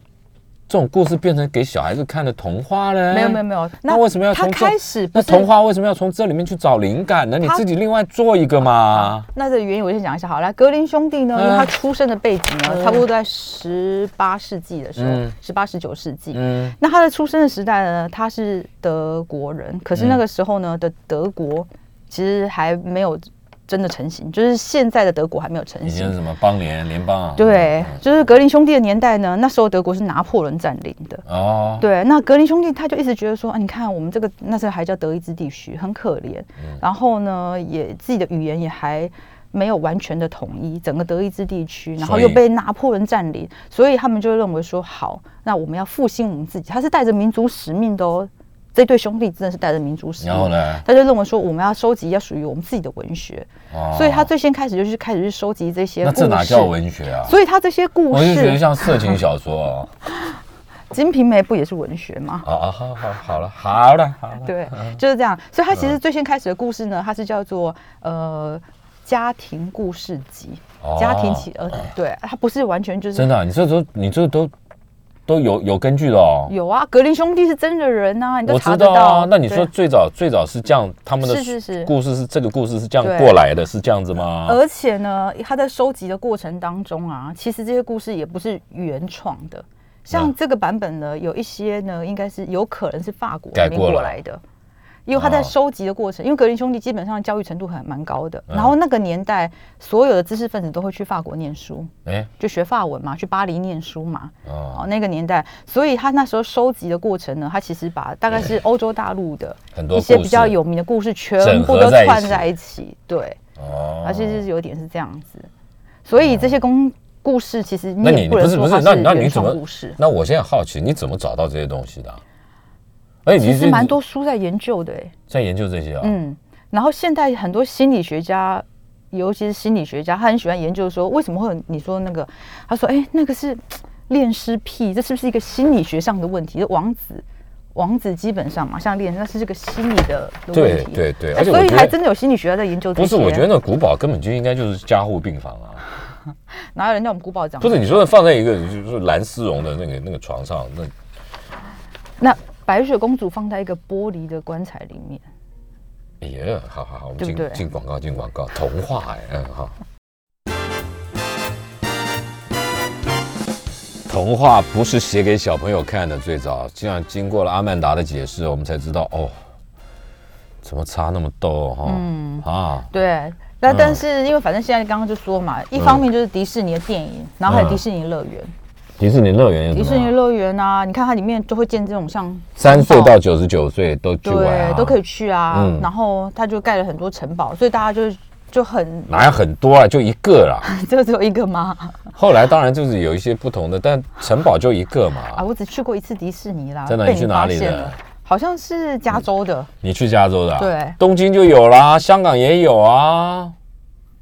S2: 这种故事变成给小孩子看的童话呢？
S3: 没有没有没有，
S2: 哎那为什么要
S3: 他
S2: 从这
S3: 开始不
S2: 那
S3: 是
S2: 童？话为什么要从这里面去找灵感呢？你
S3: 他
S2: 自己另外做一个嘛。
S3: 那这个原因我先讲一下好了。格林兄弟呢，因为
S2: 嗯
S3: 他出生的背景呢，差不多在十八世纪的时候
S2: 嗯，
S3: 十八十九世纪。
S2: 嗯，
S3: 那他的出生的时代呢，他是德国人，可
S2: 嗯
S3: 是那个时候呢的德国其实还没有真的成型，就是现在的德国还没有成
S2: 以前是
S3: 型。
S2: 什么邦联、联邦啊？
S3: 对，就是格林兄弟的年代呢，那时候德国是拿破仑占领的。
S2: 哦，
S3: 对，那格林兄弟他就一直觉得说，啊，你看我们这个那时候还叫德意志地区，很可怜。
S2: 嗯
S3: 然后呢，也自己的语言也还没有完全的统一，整个德意志地区，然后
S2: 所
S3: 又
S2: 以
S3: 被拿破仑占领，所以他们就认为说，好，那我们要复兴我们自己。他是带着民族使命的哦，这对兄弟真的是带着民族使命。
S2: 然后呢？
S3: 他就认为说，我们要收集要属于我们自己的文学，
S2: 哦
S3: 所以他最先开始就是开始去收集这些
S2: 那
S3: 故事。
S2: 这哪叫文学啊？
S3: 所以他这些故
S2: 我就觉得
S3: 事，《
S2: 像色情小说哦。 (laughs)
S3: 金瓶梅》不也是文学吗？
S2: 啊啊，好好好了，好了好了。
S3: 对，就是这样。所以它
S2: 啊
S3: 其实最先开始的故事呢，它是叫做呃家庭故事集，
S2: 哦
S3: 家庭起呃对，它不是完全就是
S2: 真的啊，你这都你这都都有有根据的哦。
S3: 有啊，格林兄弟是真的人呐、你都
S2: 我
S3: 查
S2: 知
S3: 得
S2: 道
S3: 到
S2: 啊。。那你说
S3: 对
S2: 最早最早是这样，他们的
S3: 是是是
S2: 故事是这个故事是这样
S3: 对呃
S2: 过来的，是这样子吗？
S3: 而且呢，他在收集的过程当中啊，其实这些故事也不是原创的。像
S2: 嗯
S3: 这个版本呢，有一些呢，应该是有可能是法国
S2: 改
S3: 那边
S2: 过
S3: 过
S2: 来
S3: 来的，因为他在
S2: 哦
S3: 收集的过程，因为格林兄弟基本上教育程度还蛮高的，
S2: 嗯
S3: 然后那个年代所有的知识分子都会去法国念书，
S2: 哎
S3: 就学法文嘛，去巴黎念书嘛，
S2: 哦
S3: 哦，，那个年代，所以他那时候收集的过程呢，他其实把大概是欧洲大陆的
S2: 很多
S3: 一些
S2: 故
S3: 比较
S2: 事
S3: 有名的故事全
S2: 整
S3: 部
S2: 合
S3: 都
S2: 在一
S3: 串
S2: 起
S3: 在一起，对，
S2: 哦
S3: 而且啊就是有点是这样子，所以这些公故事其实你
S2: 那你
S3: 也
S2: 你
S3: 不
S2: 不
S3: 能
S2: 是
S3: 说
S2: 不
S3: 它
S2: 是？那你那你
S3: 原
S2: 怎
S3: 创
S2: 么
S3: 故事？，
S2: 那我现在好奇，你怎么找到这些东西的啊？哎，
S3: 其
S2: 你
S3: 实蛮多书在研究的、欸，
S2: 在研究这些啊？
S3: 嗯，然后现在很多心理学家，尤其是心理学家，他很喜欢研究说为什么会有你说那个，他说哎、那个是恋尸癖，这是不是一个心理学上的问题？王子。王子基本上嘛，像恋，那是这个心理的的问
S2: 对
S3: 题。
S2: 对对，
S3: 哎
S2: 而且我
S3: 所以
S2: 觉
S3: 还
S2: 得
S3: 真的有心理学家在研究这
S2: 不
S3: 些。
S2: 是，我觉得那古堡根本就应该就是加护病房啊！
S3: 哪有人叫我们古堡长？
S2: 不是，你说的放在一个就是蓝丝绒的那个那个床上，那
S3: 那白雪公主放在一个玻璃的棺材里面。
S2: 哎呀，好好好，我们
S3: 对不
S2: 进
S3: 对
S2: 进广告，进广告，童话哎，嗯好。童话不是写给小朋友看的，最早这样经过了阿曼达的解释，我们才知道哦，怎么差那么多哈、
S3: 嗯
S2: 啊，
S3: 对，那但是因为反正现在刚刚就说嘛，
S2: 嗯
S3: 一方面就是迪士尼的电影，然后还有迪士尼乐园。
S2: 迪士尼乐园有
S3: 迪
S2: 什
S3: 士尼
S2: 么？
S3: 乐园啊，你看它里面就会建这种像
S2: 三岁
S3: 城堡
S2: 到九十九岁都去玩、啊，
S3: 对都可
S2: 以。
S3: 以去啊，
S2: 嗯
S3: 然后它就盖了很多城堡，所以大家就是就很 (laughs)
S2: 哪有很多啊，就一个啦。
S3: 就只有一个吗？
S2: 后来当然就是有一些不同的，但城堡就一个
S3: 啊，
S2: 嘛。
S3: 我只去过一次迪士尼啦。
S2: 真的
S3: 被
S2: 你去
S3: 发
S2: 哪里
S3: 现
S2: 的嗯
S3: 了？好像是加州的
S2: 你去加州的、啊，
S3: 对
S2: 东京就有啦，香港也有啊。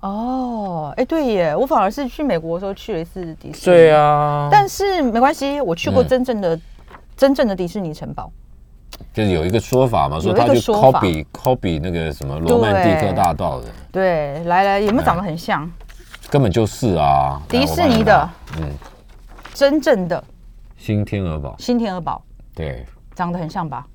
S3: 哦，哎，对耶，我反而是去美国的时候去了一次迪士尼。
S2: 对啊，
S3: 嗯但是没关系，我去过
S2: 嗯
S3: 真正的、真正的迪士尼城堡。
S2: 就是有一个说法嘛，说
S3: 有一个
S2: 他就
S3: 说法
S2: copy copy 那个什么罗曼蒂克大道的，
S3: 对，来来，有没有长得很像、
S2: 根本就是啊。
S3: 迪
S2: 哎来我
S3: 士
S2: 帮你
S3: 尼
S2: 拿
S3: 的？
S2: 嗯，
S3: 真正的
S2: 新天鹅堡，
S3: 新天鹅堡？
S2: 对，
S3: 长得很像吧？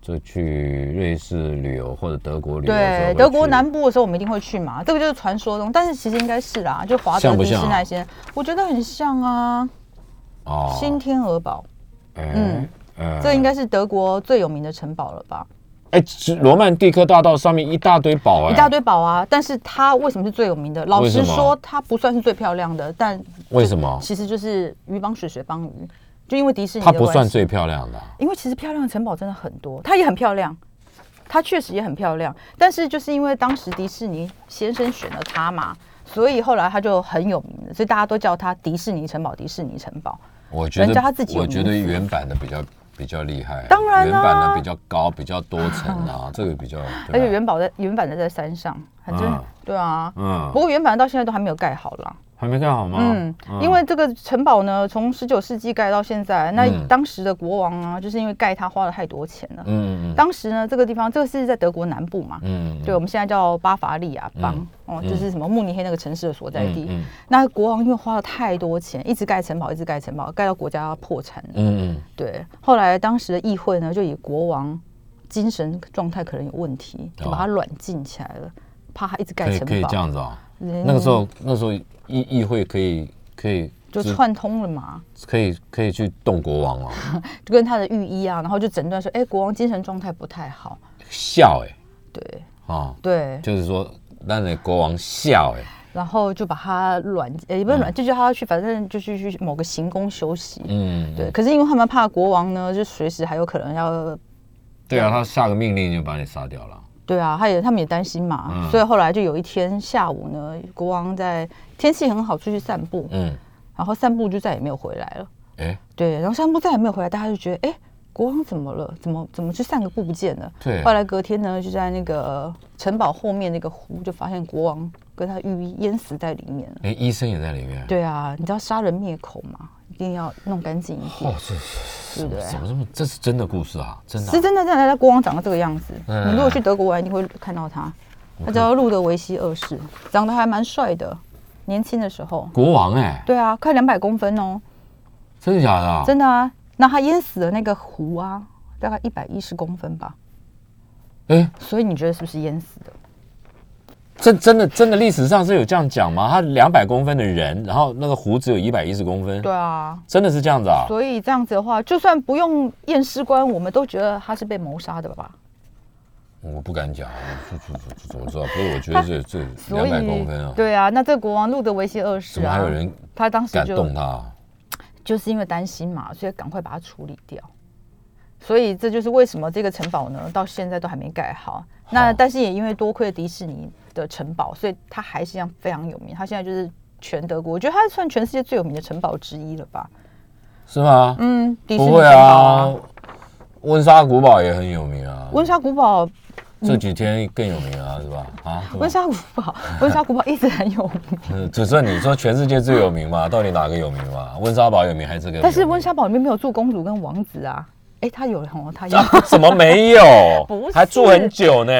S2: 就去瑞士旅游或者德国旅游的时候会
S3: 对
S2: 去，
S3: 德国南部的时候我们一定会去嘛，这个就是传说中，但是其实应该是啦，就华
S2: 像
S3: 德
S2: 不
S3: 迪士
S2: 像
S3: 尼
S2: 啊
S3: 那些，我觉得很像啊。
S2: 哦，
S3: 新天鹅堡，
S2: 嗯
S3: 嗯
S2: 嗯
S3: 这应该是德国最有名的城堡了吧？
S2: 哎，其实罗曼蒂克大道上面一大堆堡哎，
S3: 一大堆堡啊，但是它为什么是最有名的？老
S2: 为什
S3: 实
S2: 么
S3: 说，它不算是最漂亮的，但
S2: 为什么？
S3: 其实就是鱼帮水，水帮鱼，就因为迪士尼
S2: 它
S3: 的
S2: 不
S3: 关
S2: 算
S3: 系
S2: 最漂亮的啊，
S3: 因为其实漂亮的城堡真的很多，它也很漂亮，它确实也很漂亮。但是就是因为当时迪士尼先生选了它嘛，所以后来它就很有名了，所以大家都叫它迪士尼城堡，迪士尼城堡。
S2: 我觉得
S3: 人家他自己有
S2: 我觉得
S3: 名字
S2: 原版的比较比较厉害啊，
S3: 当然啊嗯
S2: 原版的比较高，比较多层啊，这个比较，对
S3: 而且
S2: 啊
S3: 元宝在原版的在山上，反正、
S2: 嗯
S3: 对啊。
S2: 嗯
S3: 不，过原版到现在都还没有盖好啦，
S2: 还没盖好吗？
S3: 嗯，因为这个城堡呢，从十九世纪盖到现在，那
S2: 嗯
S3: 当时的国王啊，就是因为盖它花了太多钱了。
S2: 嗯嗯
S3: 当时呢，这个地方这个是在德国南部嘛，
S2: 嗯嗯，
S3: 对，我们现在叫巴伐利亚邦、
S2: 嗯
S3: 哦，就是什么慕尼黑那个城市的所在地。
S2: 嗯
S3: 那国王因为花了太多钱，一直盖城堡，一直盖城堡，盖到国家破产了。
S2: 嗯嗯
S3: 对，后来当时的议会呢，就以国王精神状态可能有问题，就把他软禁起来了，怕他一直盖
S2: 哦可以
S3: 城堡。
S2: 可以这样子啊，
S3: 嗯
S2: 那个时候那时候议议会可以可以
S3: 就
S2: 知
S3: 串通了嘛，
S2: 可以可以去动国王哦，
S3: 就跟他的御医啊，然后就诊断说，哎、国王精神状态不太好。
S2: 笑哎
S3: 对
S2: 啊，
S3: 对，
S2: 就是说让你国王笑哎，
S3: 然后就把他软，呃、也不是软，就叫他去，反正就去去某个行宫休息。
S2: 嗯，
S3: 对，可是因为他们怕国王呢，就随时还有可能要，
S2: 对啊，他下个命令就把你杀掉了，
S3: 对啊，他也他们也担心嘛，
S2: 嗯
S3: 所以后来就有一天下午呢，国王在天气很好出去散步，
S2: 嗯，
S3: 然后散步就再也没有回来了。
S2: 哎，
S3: 对，然后散步再也没有回来，大家就觉得，哎，国王怎么了？怎么怎么去散个步不见了？
S2: 对啊
S3: 后来隔天呢，就在那个城堡后面那个湖，就发现国王跟他御医淹死在里面了。
S2: 连医生也在里面，
S3: 对啊，你知道杀人灭口嘛，一定要弄干净一点，
S2: 哦，这
S3: 对不对？
S2: 怎么这么这是真的故事啊，真的
S3: 是
S2: 啊，
S3: 真的，真的，他国王长得这个样子。
S2: 嗯
S3: 你如果去德国玩，一定会看到他。他叫路德维希二世，长得还蛮帅的，年轻的时候。
S2: 国王哎，
S3: 对啊，快两百公分哦，
S2: 真的假的啊？
S3: 真的啊。那他淹死的那个湖啊，大概一百一十公分吧。
S2: 哎，
S3: 所以你觉得是不是淹死的？
S2: 这真的真的历史上是有这样讲吗？他两百公分的人，然后那个湖只有一百一十公分，
S3: 对啊，
S2: 真的是这样子啊？
S3: 所以这样子的话，就算不用验尸官，我们都觉得他是被谋杀的吧？
S2: 我不敢讲，这这这这怎么知道？不是，我觉得这这
S3: 所
S2: 两
S3: 以
S2: 百公分啊，
S3: 对啊，那这个国王路德维希二世
S2: 怎么
S3: 啊，
S2: 还有人
S3: 他当时
S2: 敢
S3: 就
S2: 动他啊？
S3: 就是因为担心嘛，所以赶快把它处理掉。所以这就是为什么这个城堡呢，到现在都还没盖好。那但是也因为多亏迪士尼的城堡，所以它还是一样非常有名。它现在就是全德国，我觉得它算全世界最有名的城堡之一了吧？
S2: 是吗？
S3: 嗯，迪士尼
S2: 不
S3: 城
S2: 会
S3: 堡
S2: 啊，，温莎古堡也很有名啊。
S3: 温莎古堡，
S2: 这几天更有名啊，是吧？啊，
S3: 温莎古堡，温莎古堡一直很
S2: (laughs)
S3: 有名，
S2: 嗯只剩你说全世界最有名嘛？到底哪个有名嘛？温莎堡有名还是这个有名？
S3: 但是温莎堡里面没有住公主跟王子啊。哎，他有了哦，他有。
S2: (laughs) 怎么没有
S3: 不？是
S2: 还住很久呢，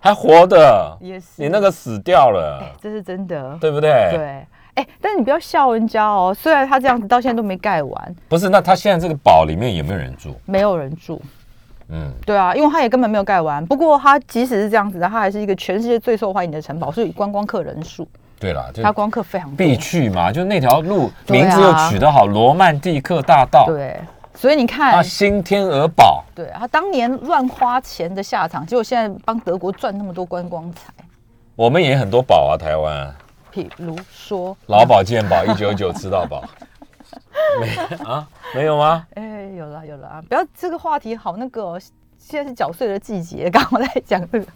S2: 还活的。
S3: 也是
S2: 你那个死掉
S3: 哎
S2: 了，，
S3: (laughs) 这是真的。
S2: 对不对？
S3: 对，哎，但是你不要笑人家哦。虽然他这样子到现在都没盖完，
S2: 不是，那他现在这个堡里面有没有人住？
S3: 没有人住。
S2: 嗯，
S3: 对啊，因为它也根本没有盖完。不过它即使是这样子的，它还是一个全世界最受欢迎的城堡，所以观光客人数，
S2: 对啦，就
S3: 它观光客非常多
S2: 嗯必。去嘛，就那条路
S3: 对啊
S2: 名字又取得好，罗曼蒂克大道，
S3: 对，所以你看，
S2: 啊，新天鹅堡，
S3: 对他当年乱花钱的下场，结果现在帮德国赚那么多观光财，
S2: 我们也很多堡啊，台湾
S3: 譬如说，
S2: 劳保健保一九九吃到
S3: (laughs)
S2: 饱，没啊没有吗？
S3: 哎、有了有了啊！不要这个话题好那个、哦，现在是缴税的季节，刚好在讲这个。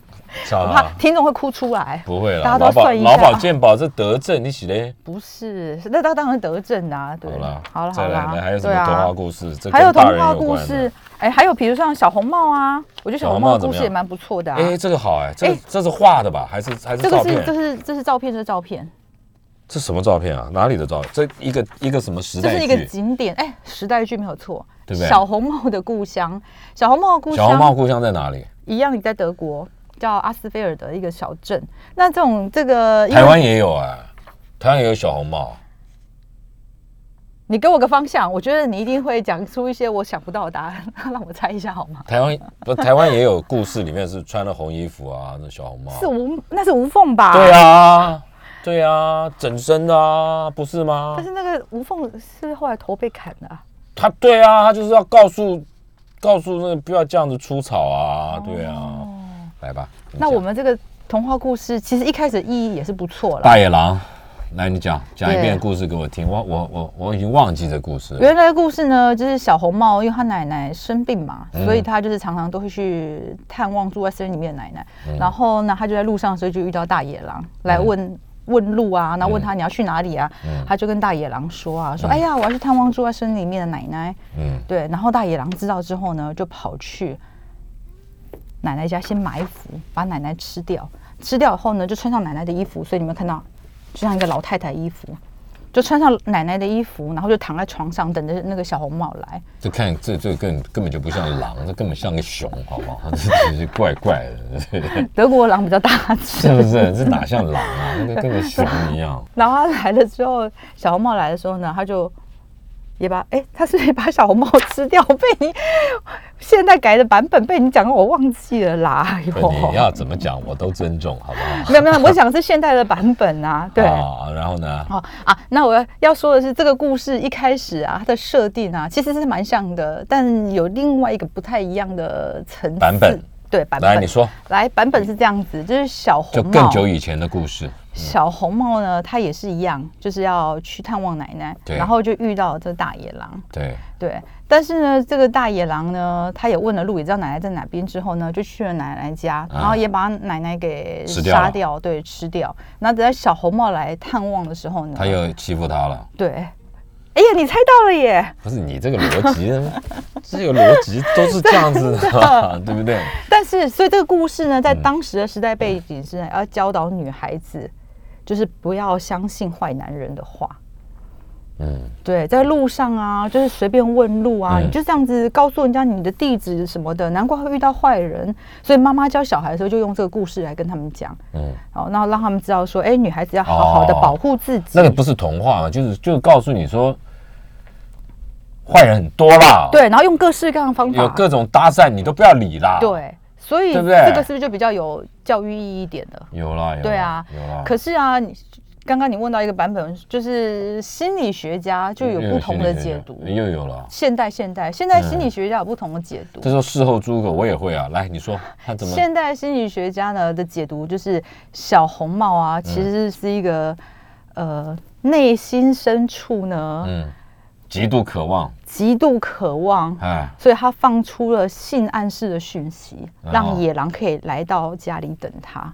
S2: 超
S3: 我
S2: 好
S3: 怕听众会哭出来。
S2: 不会啦，劳
S3: 大家都
S2: 保
S3: 算一下。
S2: 劳保健保这德政，你起嘞？
S3: 不是，那那当然得证啊。对，
S2: 好啦，
S3: 好了，
S2: 再
S3: 好
S2: 来，
S3: 啦
S2: 那还有什
S3: 对
S2: 么
S3: 啊
S2: 童话故事？这
S3: 还
S2: 跟
S3: 有
S2: 大
S3: 童
S2: 人
S3: 话
S2: 有
S3: 故
S2: 关的
S3: 事，哎，还有比如像小红帽啊，我觉得
S2: 小
S3: 小
S2: 红
S3: 红
S2: 帽
S3: 帽的
S2: 怎么
S3: 故事也
S2: 样
S3: 蛮不错的啊。
S2: 哎，这个好哎，这个
S3: 哎
S2: 这是画的吧？还是还是
S3: 这个
S2: 照
S3: 是这
S2: 片？
S3: 是这是照片，这是照片，
S2: 这什么照片啊？哪里的照片？这一个一个什么时
S3: 这
S2: 代
S3: 是一个
S2: 剧？
S3: 景点，哎，时代剧没有错，
S2: 对不对
S3: 小红帽的故乡，小红帽的故
S2: 小红帽
S3: 乡
S2: 故乡在哪里？
S3: 一样，你在德国叫阿斯菲尔德一个小镇。那这种这个因为
S2: 台湾也有哎，台湾也有小红帽。
S3: 你给我个方向，我觉得你一定会讲出一些我想不到的答案， (laughs) 让我猜一下好吗？
S2: 台湾不，台湾也有故事，里面是穿了红衣服啊，那小红帽。
S3: 是无那是无缝吧？
S2: 对。啊，对啊，整身的啊，不是吗
S3: 但？是那个无缝是后来头被砍的、啊，
S2: 他对啊，他就是要告诉告诉那个不要这样子出草啊，对啊，来吧。你
S3: 哦那
S2: 讲
S3: 我们这个童话故事其实一开始意义也是不错了。
S2: 大野狼，来你讲讲一
S3: 对
S2: 遍故事给我听，我我我我已经忘记这故事了。
S3: 原来的故事呢，就是小红帽，因为她奶奶生病嘛，所以她就是常常都会去探望住在森林里面的奶奶。然后呢，她就在路上的时候就遇到大野狼来问、问路啊，然后问他你要去哪里啊？她就跟大野狼说啊，说哎呀，我要去探望住在森林里面的奶奶。
S2: 嗯，
S3: 对，然后大野狼知道之后呢，就跑去奶奶家先埋伏，把奶奶吃掉。吃掉以后呢，就穿上奶奶的衣服，所以你们看到，就像一个老太太衣服，就穿上奶奶的衣服，然后就躺在床上等着那个小红帽来。
S2: 这看这这根根本就不像狼，这根本像个熊，好不好？ (laughs) 这只是怪怪的，
S3: 德国狼比较大只
S2: 是，不是？这哪像狼啊？那个跟个熊一
S3: (laughs)
S2: 样。
S3: 然后他来了之后，小红帽来的时候呢，他就也把哎，他是不是也把小红帽吃掉？被你现在改的版本被你讲，我忘记了啦。
S2: 不
S3: 哟
S2: 你要怎么讲我都尊重，好不好？
S3: 没有没有，我想是现代的版本啊，对。
S2: 啊，然后呢？
S3: 哦啊，那我要要说的是，这个故事一开始啊，它的设定啊，其实是蛮像的，但有另外一个不太一样的层次
S2: 版本。
S3: 对版本，
S2: 来，你说，
S3: 来版本是这样子，就是小
S2: 就
S3: 红帽，
S2: 更久以前的故事。
S3: 小红帽呢，她也是一样，就是要去探望奶奶，
S2: 对
S3: 然后就遇到这大野狼，
S2: 对，
S3: 对，但是呢，这个大野狼呢，他也问了路，也知道奶奶在哪边，之后呢，就去了奶奶家，然后也把奶奶给
S2: 啊吃掉了
S3: 杀掉，对，吃掉。然后等到小红帽来探望的时候呢，
S2: 他又欺负他了。
S3: 对，哎呀，你猜到了耶！
S2: 不是你这个逻
S3: (laughs)
S2: 辑，这个逻辑都是这样子的， (laughs) 对不对？
S3: 但是，所以这个故事呢，在当时的时代背景之下，要教导女孩子，就是不要相信坏男人的话。
S2: 嗯，
S3: 对，在路上啊，就是随便问路啊，
S2: 嗯
S3: 你就这样子告诉人家你的地址什么的，难怪会遇到坏人。所以妈妈教小孩的时候，就用这个故事来跟他们讲，
S2: 嗯。
S3: 哦，然后让他们知道说，哎、女孩子要好好的
S2: 哦
S3: 保护自己。
S2: 那个不是童话嘛，就是就是告诉你说，坏人很多啦，，
S3: 对，然后用各式各样的方法，
S2: 有各种搭讪你都不要理啦，，
S3: 对，所以
S2: 对不对
S3: 这个是不是就比较有教育意义一点的？
S2: 有啦，有啦
S3: 对啊
S2: 有啦。
S3: 可是啊，你刚刚你问到一个版本，就是心理学家就
S2: 嗯
S3: 有不同的解读。
S2: 又有了。
S3: 现代现代现代心理学家有不同的解读。
S2: 这时候事后诸葛我也会啊，来你说他怎么？
S3: 现代心理学家呢的解读就是，小红帽啊，其实是一个、呃内心深处呢、
S2: 嗯，极度渴望，
S3: 极度渴望，
S2: 哎，
S3: 所以他放出了性暗示的讯息，
S2: 然后
S3: 让野狼可以来到家里等他。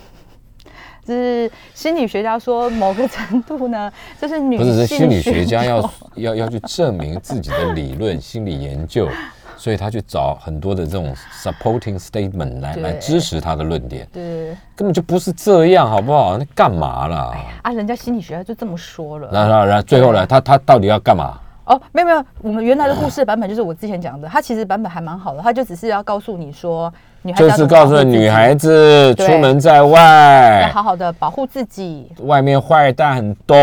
S3: (laughs) 就是心理学家说，某个程度呢， (laughs) 就是女
S2: 不是是
S3: 性
S2: 心理学家
S3: 需
S2: 要 (laughs) 要要去证明自己的理论、心理研究，所以他去找很多的这种 supporting statement 来
S3: 对
S2: 来支持他的论点，
S3: 对
S2: 根本就不是这样，好不好？那干嘛啦？
S3: 啊，人家心理学家就这么说了。
S2: 然后，然后最后呢，他他到底要干嘛？
S3: 哦，没有没有，我们原来的故事版本就是我之前讲的，它其实版本还蛮好的，它就只是要告诉你说，女孩子
S2: 就
S3: 要
S2: 是
S3: 怎么保
S2: 告
S3: 护
S2: 诉
S3: 自己
S2: 女孩子哎
S3: 对
S2: 出门在
S3: 要
S2: 外，
S3: 好好的保护自己，
S2: 外面坏蛋很多，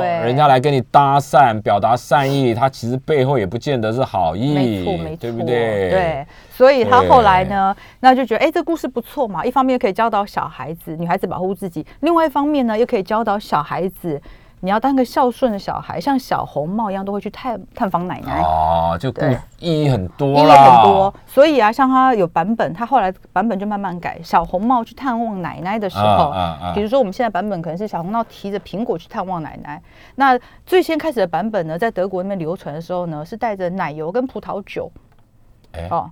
S3: 对
S2: 人家来跟你搭讪，表达善意，他其实背后也不见得是好意，
S3: 没错，没错，
S2: 对不对？
S3: 对，所以他后来呢，那就觉得哎，这故事不错嘛。一方面可以教导小孩子、女孩子保护自己，另外一方面呢，又可以教导小孩子，你要当个孝顺的小孩，像小红帽一样，都会去探探访奶奶。
S2: 哦，就故
S3: 对
S2: 意义很
S3: 哎意
S2: 多
S3: 义
S2: 啦，
S3: 很多，所以啊，像他有版本，他后来版本就慢慢改。小红帽去探望奶奶的时候，
S2: 啊啊啊
S3: 比如说我们现在版本可能是小红帽提着苹果去探望奶奶。那最先开始的版本呢，在德国那边流传的时候呢，是带着奶油跟葡萄酒。
S2: 哎
S3: 哦，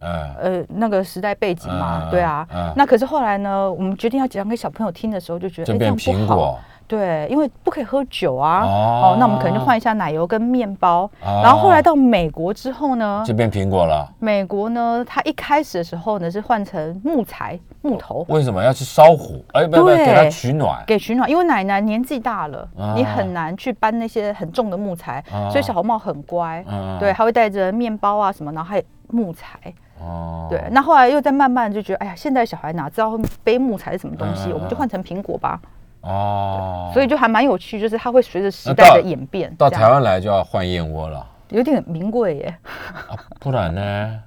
S2: 嗯
S3: 呃那个时代背景嘛，
S2: 嗯
S3: 对啊。
S2: 嗯
S3: 那可是后来呢，我们决定要讲给小朋友听的时候，就觉得
S2: 这
S3: 哎、这
S2: 变
S3: 样
S2: 苹
S3: 不好。
S2: 果，
S3: 对，因为不可以喝酒啊，
S2: 哦
S3: 哦，那我们可能就换一下奶油跟面包。
S2: 哦
S3: 然后后来到美国之后呢
S2: 这，变苹果了。
S3: 美国呢，它一开始的时候呢是换成木材木头
S2: 为什么要去烧火？哎，不不，
S3: 对
S2: 给它取暖。
S3: 给取暖，因为奶奶年纪大了，
S2: 啊
S3: 你很难去搬那些很重的木材，
S2: 啊
S3: 所以小红帽很乖，
S2: 嗯
S3: 对，他会带着面包啊什么，然后还有木材。
S2: 哦，
S3: 对，那后来又再慢慢就觉得，哎呀，现在小孩哪知道背木材是什么东西，
S2: 嗯嗯
S3: 我们就换成苹果吧。
S2: 哦，啊
S3: 所以就还蛮有趣，就是它会随着时代的演变。
S2: 到
S3: 这
S2: 台
S3: 样
S2: 湾来就要换燕窝了，
S3: 有点名贵耶， (laughs)
S2: 不然呢？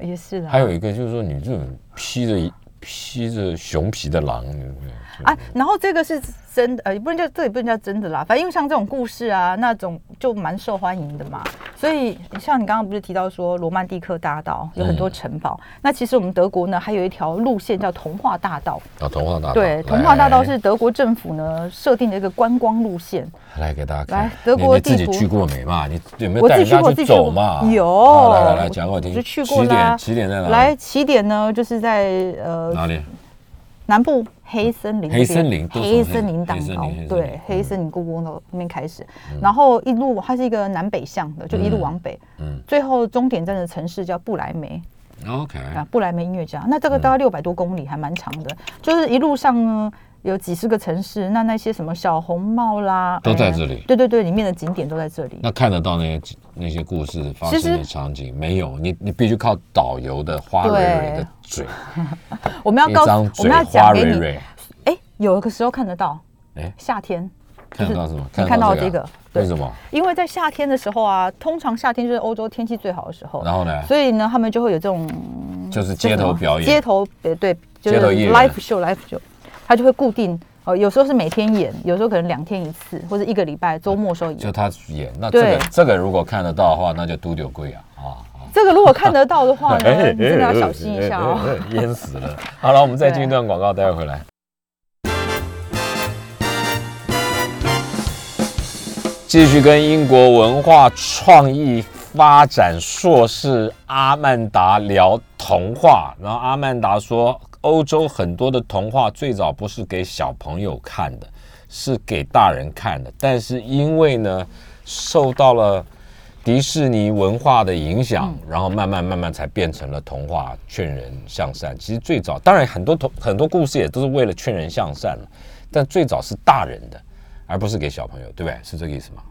S3: 也是啦
S2: 还。有一个就是说，你这种披着披着熊皮的狼，对不对？
S3: 啊，然后这个是真的，呃，不能叫这也不能叫真的啦，反正因为像这种故事啊，那种就蛮受欢迎的嘛。所以像你刚刚不是提到说罗曼蒂克大道有
S2: 嗯
S3: 很多城堡，那其实我们德国呢还有一条路线叫童话大道，
S2: 啊，童话大道，哎
S3: 对，童话大道是德国政府呢设定的一个观光路线。
S2: 来来给大家看
S3: 来。德
S2: 你
S3: 国
S2: 你自己
S3: 地图
S2: 去过没嘛？你有没有
S3: 我
S2: 带人
S3: 自己去
S2: 家
S3: 过，自己去
S2: 走
S3: 过
S2: 嘛？
S3: 有
S2: 好，来来来，讲给我听。
S3: 就去过
S2: 起
S3: 啦。
S2: 点起点在哪里？
S3: 来，起点呢，就是在呃
S2: 哪里？
S3: 南部黑森林这边，
S2: 黑森林都是
S3: 黑森林
S2: 黑
S3: 当
S2: 森林
S3: 道
S2: 黑森林，嗯
S3: 对，黑森林故宫的那边开始，然后一路它是一个南北向的，就一路往北，
S2: 嗯
S3: 最后终点站的城市叫布莱梅，
S2: ，OK，
S3: 啊，布莱梅音乐家。那这个
S2: 嗯
S3: 大概六百多公里，还蛮长的。就是一路上呢，有几十个城市，那那些什么小红帽啦，
S2: 都在
S3: 哎
S2: 这里
S3: 对对对，里面的景点都在这里。
S2: 那看得到那些那些故事发
S3: 其
S2: 生的
S3: 实
S2: 场景没有？你你必须靠导游的花蕊蕊的嘴，
S3: 我们要
S2: 一
S3: 告诉，
S2: 张
S3: 啊我
S2: 嘴
S3: 们要
S2: 花
S3: 讲
S2: 蕊
S3: 给你，
S2: 蕊，
S3: 哎，有个时候看得到，
S2: 哎
S3: 夏天，
S2: 看得到什么？
S3: 你看到
S2: 这
S3: 这
S2: 个
S3: 个
S2: 啊？，
S3: 对
S2: 为什？么？
S3: 因为在夏天的时候啊，通常夏天就是欧洲天气最好的时候，
S2: 然后呢？
S3: 所以呢，他们就会有这种
S2: 就是街头表演，
S3: 街头呃对，就
S2: 街
S3: 是
S2: 头艺人
S3: live show live show，他就会固定哦，有时候是每天演，有时候可能两天一次，或者一个礼拜周末的时候
S2: 就
S3: 演。
S2: 他演。那这个
S3: 对
S2: 这个如果看得到的话，那就都丢贵啊啊！啊
S3: 这个如果看得到的话
S2: 哎 (laughs)
S3: 呢，你真的要小心一下哦。，
S2: 淹死了。好了，我们再进一段广告，待会回来。继续跟英国文化创意发展硕士阿曼达聊童话，然后阿曼达说，欧洲很多的童话最早不是给小朋友看的，是给大人看的，但是因为呢，受到了。迪士尼文化的影响，
S3: 嗯
S2: 然后慢慢慢慢才变成了童话，劝人向善。其实最早，当然很多童很多故事也都是为了劝人向善了，但最早是大人的，而不是给小朋友，对不对？是这个意思吗？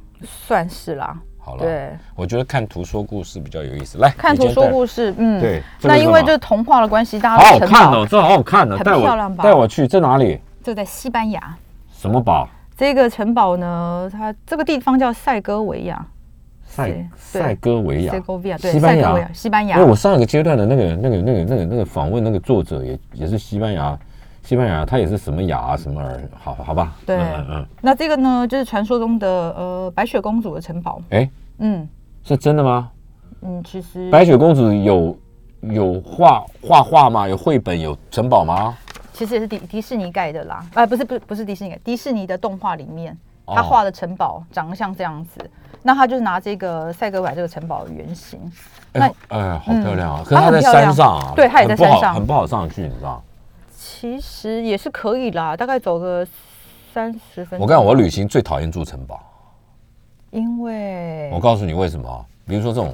S3: 算是啦，
S2: 好了，
S3: 对，
S2: 我觉得看图说故事比较有意思。来，
S3: 看
S2: 你
S3: 图
S2: 先
S3: 说
S2: 带
S3: 故事，嗯，
S2: 对这个
S3: 那
S2: 是
S3: 因为
S2: 什么
S3: 就是童话的关系，大
S2: 好
S3: 家
S2: 好
S3: 都城
S2: 看
S3: 堡
S2: 哦，这好好看哦，
S3: 很
S2: 带
S3: 漂亮
S2: 我
S3: 吧
S2: 带我去，这哪里？
S3: 就在西班牙。
S2: 什么堡？
S3: 这个城堡呢，它这个地方叫塞戈维亚，
S2: 塞
S3: 对
S2: 塞戈维亚，
S3: 塞戈维亚，对，
S2: 西班
S3: 塞戈
S2: 牙
S3: 维亚，西班牙
S2: 因为。我上一个阶段的那个、那个、那个、那个、那个访问那个作者也也是西班牙，西班牙他也是什么牙、啊什么耳，好好吧？
S3: 对
S2: 嗯嗯。
S3: 那这个呢，就是传说中的呃白雪公主的城堡。
S2: 哎、诶
S3: 嗯
S2: 是真的吗？
S3: 嗯，其实
S2: 白雪公主有有画画画吗？有绘本有城堡吗？
S3: 其实也是迪迪士尼盖的啦，啊、不是不是不是迪士尼盖，迪士尼的动画里面，他
S2: 哦
S3: 画的城堡长得像这样子，那他就是拿这个塞戈维亚这个城堡的原型。
S2: 哎
S3: 那
S2: 哎、好
S3: 嗯
S2: 漂亮啊！可是
S3: 它
S2: 她在
S3: 很漂亮
S2: 山上啊，
S3: 对它也在
S2: 很不好
S3: 山上
S2: 很不好上去，你知道？
S3: 其实也是可以啦，大概走个三十分钟。
S2: 我告诉你，我旅行最讨厌住城堡。
S3: 因为
S2: 我告诉你为什么啊？比如说这种，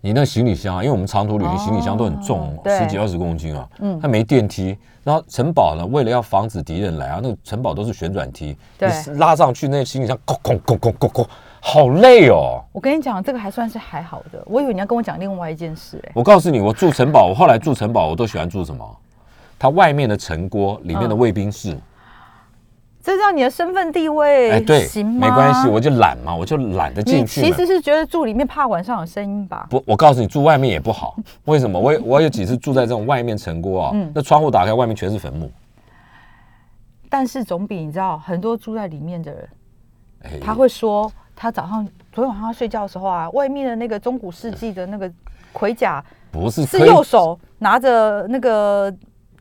S2: 你那行李箱啊，因为我们长途旅行，行李箱都很重哦，
S3: 对
S2: 十几二十公斤啊。
S3: 嗯
S2: 它没电梯，然后城堡呢，为了要防止敌人来啊，那个城堡都是旋转梯，
S3: 对
S2: 你拉上去，那行李箱哐哐哐哐哐哐，好累哦。
S3: 我跟你讲，这个还算是还好的，我以为你要跟我讲另外一件事、欸，
S2: 我告诉你，我住城堡，我后来住城堡，我都喜欢住什么？它外面的城锅，里
S3: 嗯
S2: 面的卫兵室。
S3: 这让你的身份地位
S2: 哎，对，
S3: 行吗？
S2: 没关系，我就懒嘛，我就懒得进
S3: 你
S2: 去嘛。
S3: 其实是觉得住里面怕晚上有声音吧？
S2: 不，我告诉你，住外面也不好。为什么？我有我有几次住在这种外面城郭啊、
S3: 嗯
S2: 那窗户打开，外面全是坟墓。
S3: 但是总比你知道很多住在里面的人，
S2: 哎
S3: 他会说他早上昨天晚上他睡觉的时候啊，外面的那个中古世纪的那个盔甲
S2: 不是
S3: 是
S2: 可以
S3: 右手拿着那个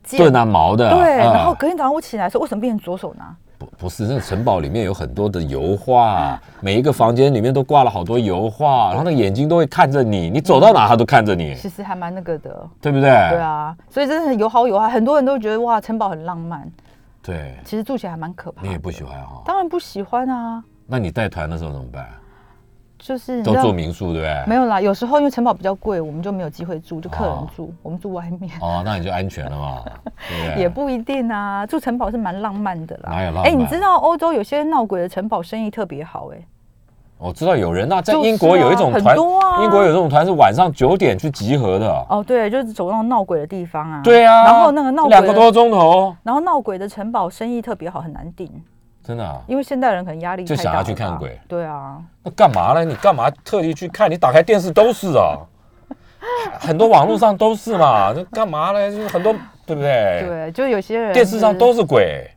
S3: 剑，
S2: 钝啊毛的啊、
S3: 对，
S2: 啊
S3: 然后隔天早上我起来的时候，为什么变成左手拿？
S2: 不不是，那个城堡里面有很多的油画，啊每一个房间里面都挂了好多油画，然后那个眼睛都会看着你，你走到哪它都看着你，
S3: 其实还蛮那个的。
S2: 对不对？
S3: 嗯对
S2: 对，
S3: 啊，所以真的有好有坏，很多人都觉得哇，城堡很浪漫，
S2: 对
S3: 其实住起来还蛮可怕的。
S2: 你也不喜欢哈、
S3: 当然不喜欢啊，
S2: 那你带团的时候怎么办？
S3: 就是你知
S2: 都啊
S3: 道
S2: 住民宿对不对？
S3: 没有啦，有时候因为城堡比较贵，我们就没有机会住，就客
S2: 哦
S3: 人住，我们住外面。
S2: 哦，那你就安全了嘛，对不对？
S3: (laughs) 也不一定啊，住城堡是蛮浪漫的啦。
S2: 哪有浪漫
S3: 哎、你知道欧洲有些闹鬼的城堡生意特别好哎、
S2: 我知道有人啊，在
S3: 就是啊
S2: 英国有一种团，
S3: 很多啊
S2: 英国有这种团是晚上九点去集合的。
S3: 哦，对，就是走那种闹鬼的地方啊。
S2: 对啊，
S3: 然后那个闹鬼的
S2: 两个多钟头，
S3: 然后闹鬼的城堡生意特别好，很难定，
S2: 真的、啊，
S3: 因为现代人可能压力
S2: 就
S3: 太
S2: 想要
S3: 大
S2: 去
S3: 了吧
S2: 看鬼。
S3: 对啊，
S2: 那干嘛呢？你干嘛特地去看？你打开电视都是啊， (laughs) 很多网络上都是嘛，那干嘛呢？就是很多对不对？
S3: 对，就有些人
S2: 电视上
S3: 就
S2: 都
S3: 是
S2: 是鬼，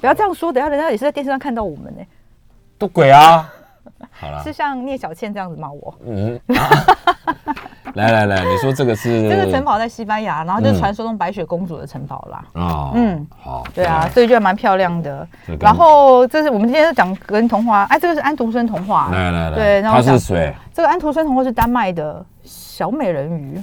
S3: 不要这样说，等一下人家也是在电视上看到我们呢、
S2: 都鬼啊！好了
S3: 是，像聂小倩这样子骂我。
S2: 嗯， (laughs) 啊来来来，你说这个是
S3: 这个城堡在西班牙，然后就
S2: 嗯
S3: 传说中白雪公主的城堡啦。
S2: 啊，嗯
S3: 嗯，
S2: 好，
S3: 对啊，，所以就还蛮漂亮的
S2: 这个。
S3: 然后这是我们今天讲格林童话，哎，这个是安徒生童话。啊
S2: 来来来，
S3: 对，然后
S2: 它
S3: 我
S2: 是
S3: 想
S2: 谁？
S3: 这个安徒生童话是丹麦的小美人鱼。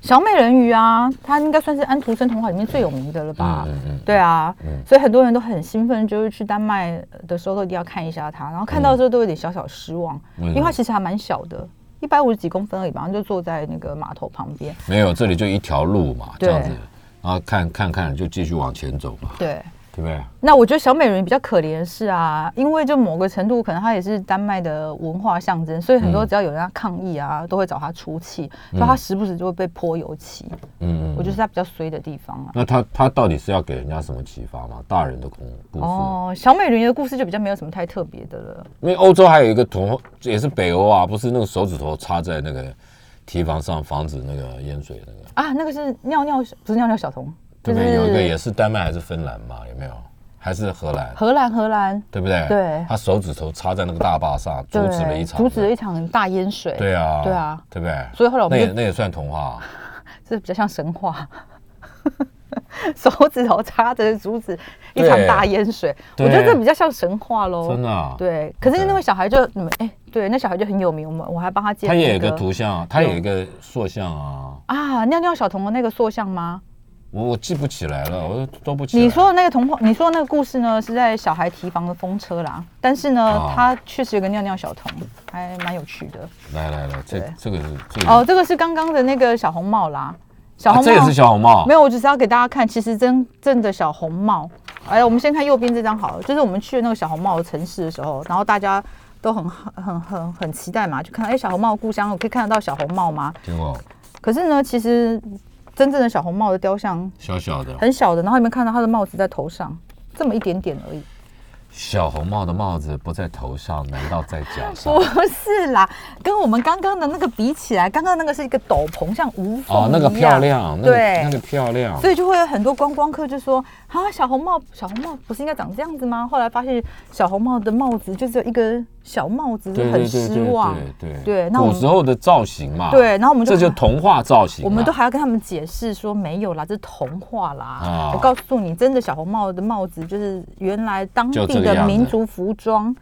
S3: 小美人鱼啊，它应该算是安徒生童话里面最有名的了吧？
S2: 嗯嗯嗯
S3: 对啊，所以很多人都很兴奋，就是去丹麦的时候都一定要看一下它，然后看到之后都有点小小失望，
S2: 嗯
S3: 因为它其实还蛮小的，一百五十几公分而已吧，然后就坐在那个码头旁边。
S2: 没有，这里就一条路嘛，这
S3: 对
S2: 样子，然后看看看就继续往前走嘛，
S3: 对，
S2: 对不对？
S3: 那我觉得小美人鱼比较可怜的是啊，因为就某个程度，可能它也是丹麦的文化象征，所以很多只要有人要抗议啊，
S2: 嗯
S3: 都会找它出气，所以它时不时就会被泼油漆。
S2: 嗯嗯。
S3: 我觉得是它比较衰的地方啊。
S2: 那他他到底是要给人家什么启发嘛？大人的故故事，
S3: 哦，小美人鱼的故事就比较没有什么太特别的了。
S2: 因为欧洲还有一个童，也是北欧啊，不是那个手指头插在那个堤防上防止那个淹水那个，
S3: 啊，那个是尿尿，不是尿尿小童，
S2: 对
S3: 就
S2: 不对？有一个也
S3: 是
S2: 是丹麦还是芬兰嘛？有没有？还是荷兰？
S3: 荷兰，荷兰
S2: 对不对？
S3: 对
S2: 他手指头插在那个大坝上，阻止了一场，
S3: 阻止了一场大淹水，
S2: 对啊，
S3: 对啊，
S2: 对不对？
S3: 所以后来
S2: 那
S3: 我们
S2: 也
S3: 就
S2: 那也算童话啊，
S3: 这比较像神话。 (laughs) 手指头插着阻止一场
S2: 对
S3: 大淹水，我
S2: 对
S3: 觉得这比较像神话喽。
S2: 真的啊
S3: 对，可是
S2: 对
S3: 那位小孩就你们哎，对，那小孩就很有名，我们我还帮他建、
S2: 他
S3: 那
S2: 也有一个图像啊，他有一个塑像啊，
S3: 啊，尿尿小童的那个塑像吗？
S2: 我我记不起来了，我都不起来。
S3: 你说的那个童话，你说的那个故事呢，是在小孩提防的风车啦。但是呢，
S2: 哦嗯
S3: 他确实有个尿尿小童，还蛮有趣的。
S2: 来来来，这
S3: 对
S2: 这个是这个
S3: 哦，这个是刚刚的那个小红帽啦，小
S2: 啊
S3: 红帽、
S2: 这也是小红帽，
S3: 没有，我只是要给大家看，其实真正的小红帽。哎，我们先看右边这张好了，就是我们去那个小红帽的城市的时候，然后大家都很很很很期待嘛，就看哎小红帽的故乡，我可以看得到小红帽吗？
S2: 结果
S3: 可是呢，其实真正的小红帽的雕像
S2: 小小的
S3: 很小的，然后你们看到它的帽子在头上，这么一点点 (laughs) 而已。
S2: 小红帽的帽子不在头上，难道在脚
S3: (laughs)
S2: 上
S3: 不？哦是啦，跟我们刚刚的那个比起来，刚刚那个是一个斗篷，像无缝
S2: 哦，那个
S3: 一样
S2: 漂。亮，那个
S3: 对
S2: 那个漂亮
S3: 所，以就会有很多观光客就说啊，小红帽，小红帽不是应该长这样子吗？后来发现小红帽的帽子就只有一个小帽子，
S2: 对
S3: 很失望。
S2: 对对
S3: 对那我
S2: 古
S3: 们
S2: 时候的造型嘛，
S3: 对，，然后我们就
S2: 这就童话造型嘛，
S3: 我们都还要跟他们解释说没有啦，这是童话啦。
S2: 啊
S3: 我告诉你，真的小红帽的帽子就是原来当
S2: 就这
S3: 地
S2: 个样
S3: 的
S2: 子
S3: 民族服装。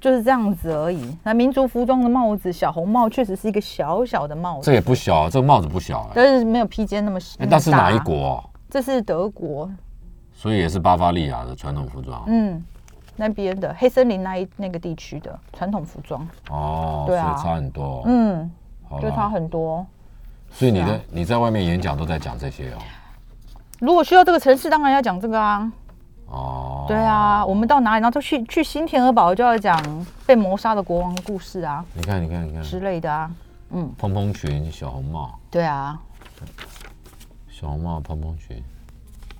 S3: 就是这样子而已。那民族服装的帽子，小红帽确实是一个小小的帽
S2: 这
S3: 子，
S2: 也不小，这个帽子不小哎，
S3: 但是没有披肩那么
S2: 哎
S3: 那么
S2: 那是哪一
S3: 大？
S2: 国？
S3: 这是德国，
S2: 所以也是巴伐利亚的传统服装
S3: 嗯，那边的黑森林那一那个地区的传统服装，
S2: 哦，所
S3: 对
S2: 以
S3: 啊
S2: 差很多。
S3: 嗯，
S2: 好啦
S3: 就差很多。
S2: 所以你
S3: 是
S2: 的
S3: 啊
S2: 你在外面演讲都在讲这些哦。
S3: 如果去到这个城市，当然要讲这个啊。
S2: 哦，
S3: 对，啊，我们到哪里，然后就去去新田鹅堡，就要讲被谋杀的国王的故事啊
S2: 你看你看你
S3: 之
S2: 看，
S3: 类的啊。
S2: 蓬蓬裙、小红帽、
S3: 对啊，
S2: 小红帽、蓬蓬裙，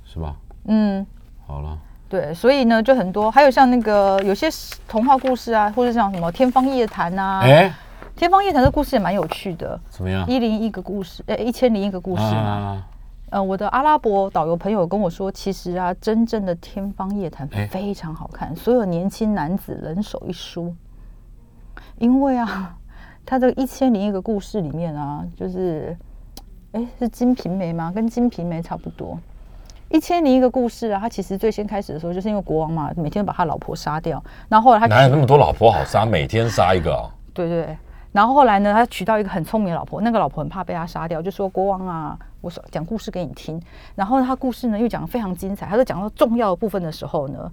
S2: 是吧？
S3: 嗯，
S2: 好了，
S3: 对，所以呢，就很多，还有像那个有些童话故事啊，或者像什么《天方夜谭》啊，
S2: 哎、
S3: 天方夜谭》的故事也蛮有趣的，
S2: 怎么样？
S3: 一零一个故事，呃、一千零一个故事嘛。
S2: 啊，
S3: 呃，我的阿拉伯导游朋友跟我说，其实啊，真正的《天方夜谭
S2: 哎》
S3: 非常好看，所有年轻男子人手一书。因为啊， (laughs) 他这一千零一个故事里面啊，就是，哎，是《金瓶梅》吗？跟《金瓶梅》差不多，一千零一个故事》啊，他其实最先开始的时候，就是因为国王嘛，每天把他老婆杀掉，然后后来他
S2: 哪有那么多老婆好杀？每天杀一个啊？
S3: 对对对。然后后来呢，他娶到一个很聪明的老婆，那个老婆很怕被他杀掉，就说国王啊，我说讲故事给你听。然后他故事呢又讲得非常精彩，他就讲到重要的部分的时候呢，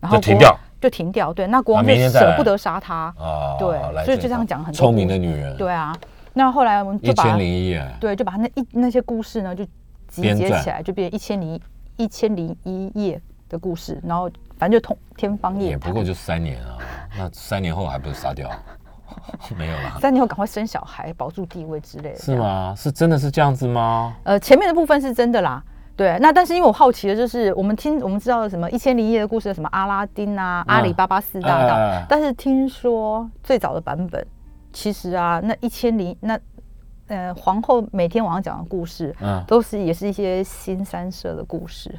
S3: 然后
S2: 就停
S3: 国王
S2: 掉，
S3: 就停掉。对，那国王
S2: 那
S3: 就
S2: 明天再
S3: 舍
S2: 来
S3: 不得杀他，
S2: 啊
S3: 对
S2: 来，
S3: 所
S2: 这
S3: 以就这
S2: 个
S3: 样讲很多
S2: 聪明
S3: 故
S2: 的
S3: 事
S2: 女人，
S3: 对啊。那后来我们就
S2: 一
S3: 把
S2: 千零一夜，
S3: 对，就把那一那些故事呢，就集
S2: 编
S3: 结
S2: 撰
S3: 起来，就变成一千零一千零一夜的故事，然后反正就通天方夜
S2: 也不
S3: 谭。
S2: 过就三年啊，那三年后还不是
S3: (laughs)
S2: 杀掉？没有啦，
S3: 三年后赶快生小孩，保住地位之类的。
S2: 是？吗？是真的是这样子吗？
S3: 呃，前面的部分是真的啦。对，那但是因为我好奇的就是，我们听我们知道什么《一千零一夜》的故事，什么阿拉丁啊、
S2: 嗯
S3: 阿里巴巴四大盗，
S2: 哎
S3: 但是听说最早的版本，其实啊，那一千零那呃皇后每天晚上讲的故事，
S2: 嗯
S3: 都是也是一些新三社的故事，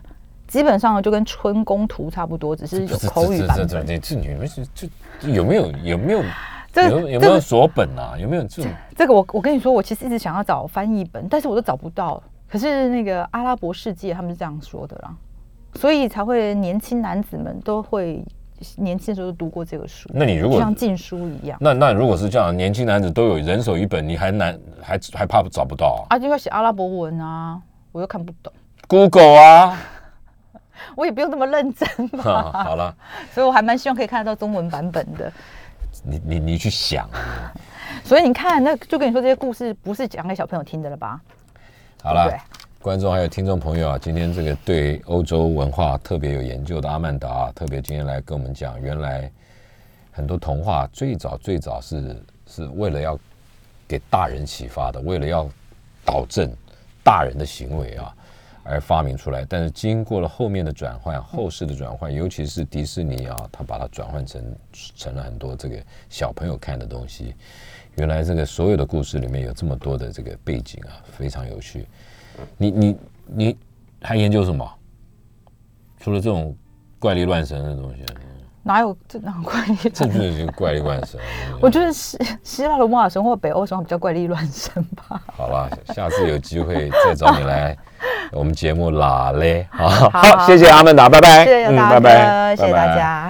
S3: 基本上就跟春宫图差不多，只是有
S2: 不是
S3: 口语版
S2: 这这
S3: 本。
S2: 这这你们是这这有没有有没有
S3: 这
S2: 有有没
S3: 这
S2: 有
S3: 个
S2: 锁本啊？有没有这种
S3: 这个我我跟你说，我其实一直想要找翻译本，但是我都找不到。可是那个阿拉伯世界他们是这样说的啦，所以才会年轻男子们都会年轻的时候都读过这个书，
S2: 那你如
S3: 就
S2: 果
S3: 像禁书一样。
S2: 那那如果是这样，年轻男子都有人手一本，你还难还还怕找不到、啊、
S3: 啊，就要写阿拉伯文啊，我又看不懂，
S2: ？Google 啊， (laughs)
S3: 我也不用那么认真嘛，
S2: 哈好了，
S3: 所以我还蛮希望可以看得到中文版本的。
S2: 你你你去想啊
S3: 所以你看，那就跟你说这些故事不是讲给小朋友听的了吧？
S2: 好了
S3: 对。
S2: 观众还有听众朋友啊，今天这个对欧洲文化特别有研究的阿曼达、啊，特别今天来跟我们讲，原来很多童话最早最早是是为了要给大人启发的，为了要导正大人的行为啊而发明出来。但是经过了后面的转换，后世的转换，尤其是迪士尼啊，它把它转换成成了很多这个小朋友看的东西。原来这个所有的故事里面有这么多的这个背景啊，非常有趣。你你你还研究什么？除了这种怪力乱神的东西，
S3: 哪有这哪有怪力乱
S2: 这就是一个怪力乱神。
S3: 我觉得希希腊罗马神或北欧神话比较怪力乱神吧。
S2: 好啦，下次有机会再找你
S3: (laughs)
S2: 来我们节目啦嘞。好，
S3: 好
S2: (laughs) 谢谢阿曼达，拜拜。
S3: 谢谢大
S2: 嗯
S3: 家，
S2: 拜拜，
S3: 谢谢
S2: 拜
S3: 大
S2: 拜
S3: 家。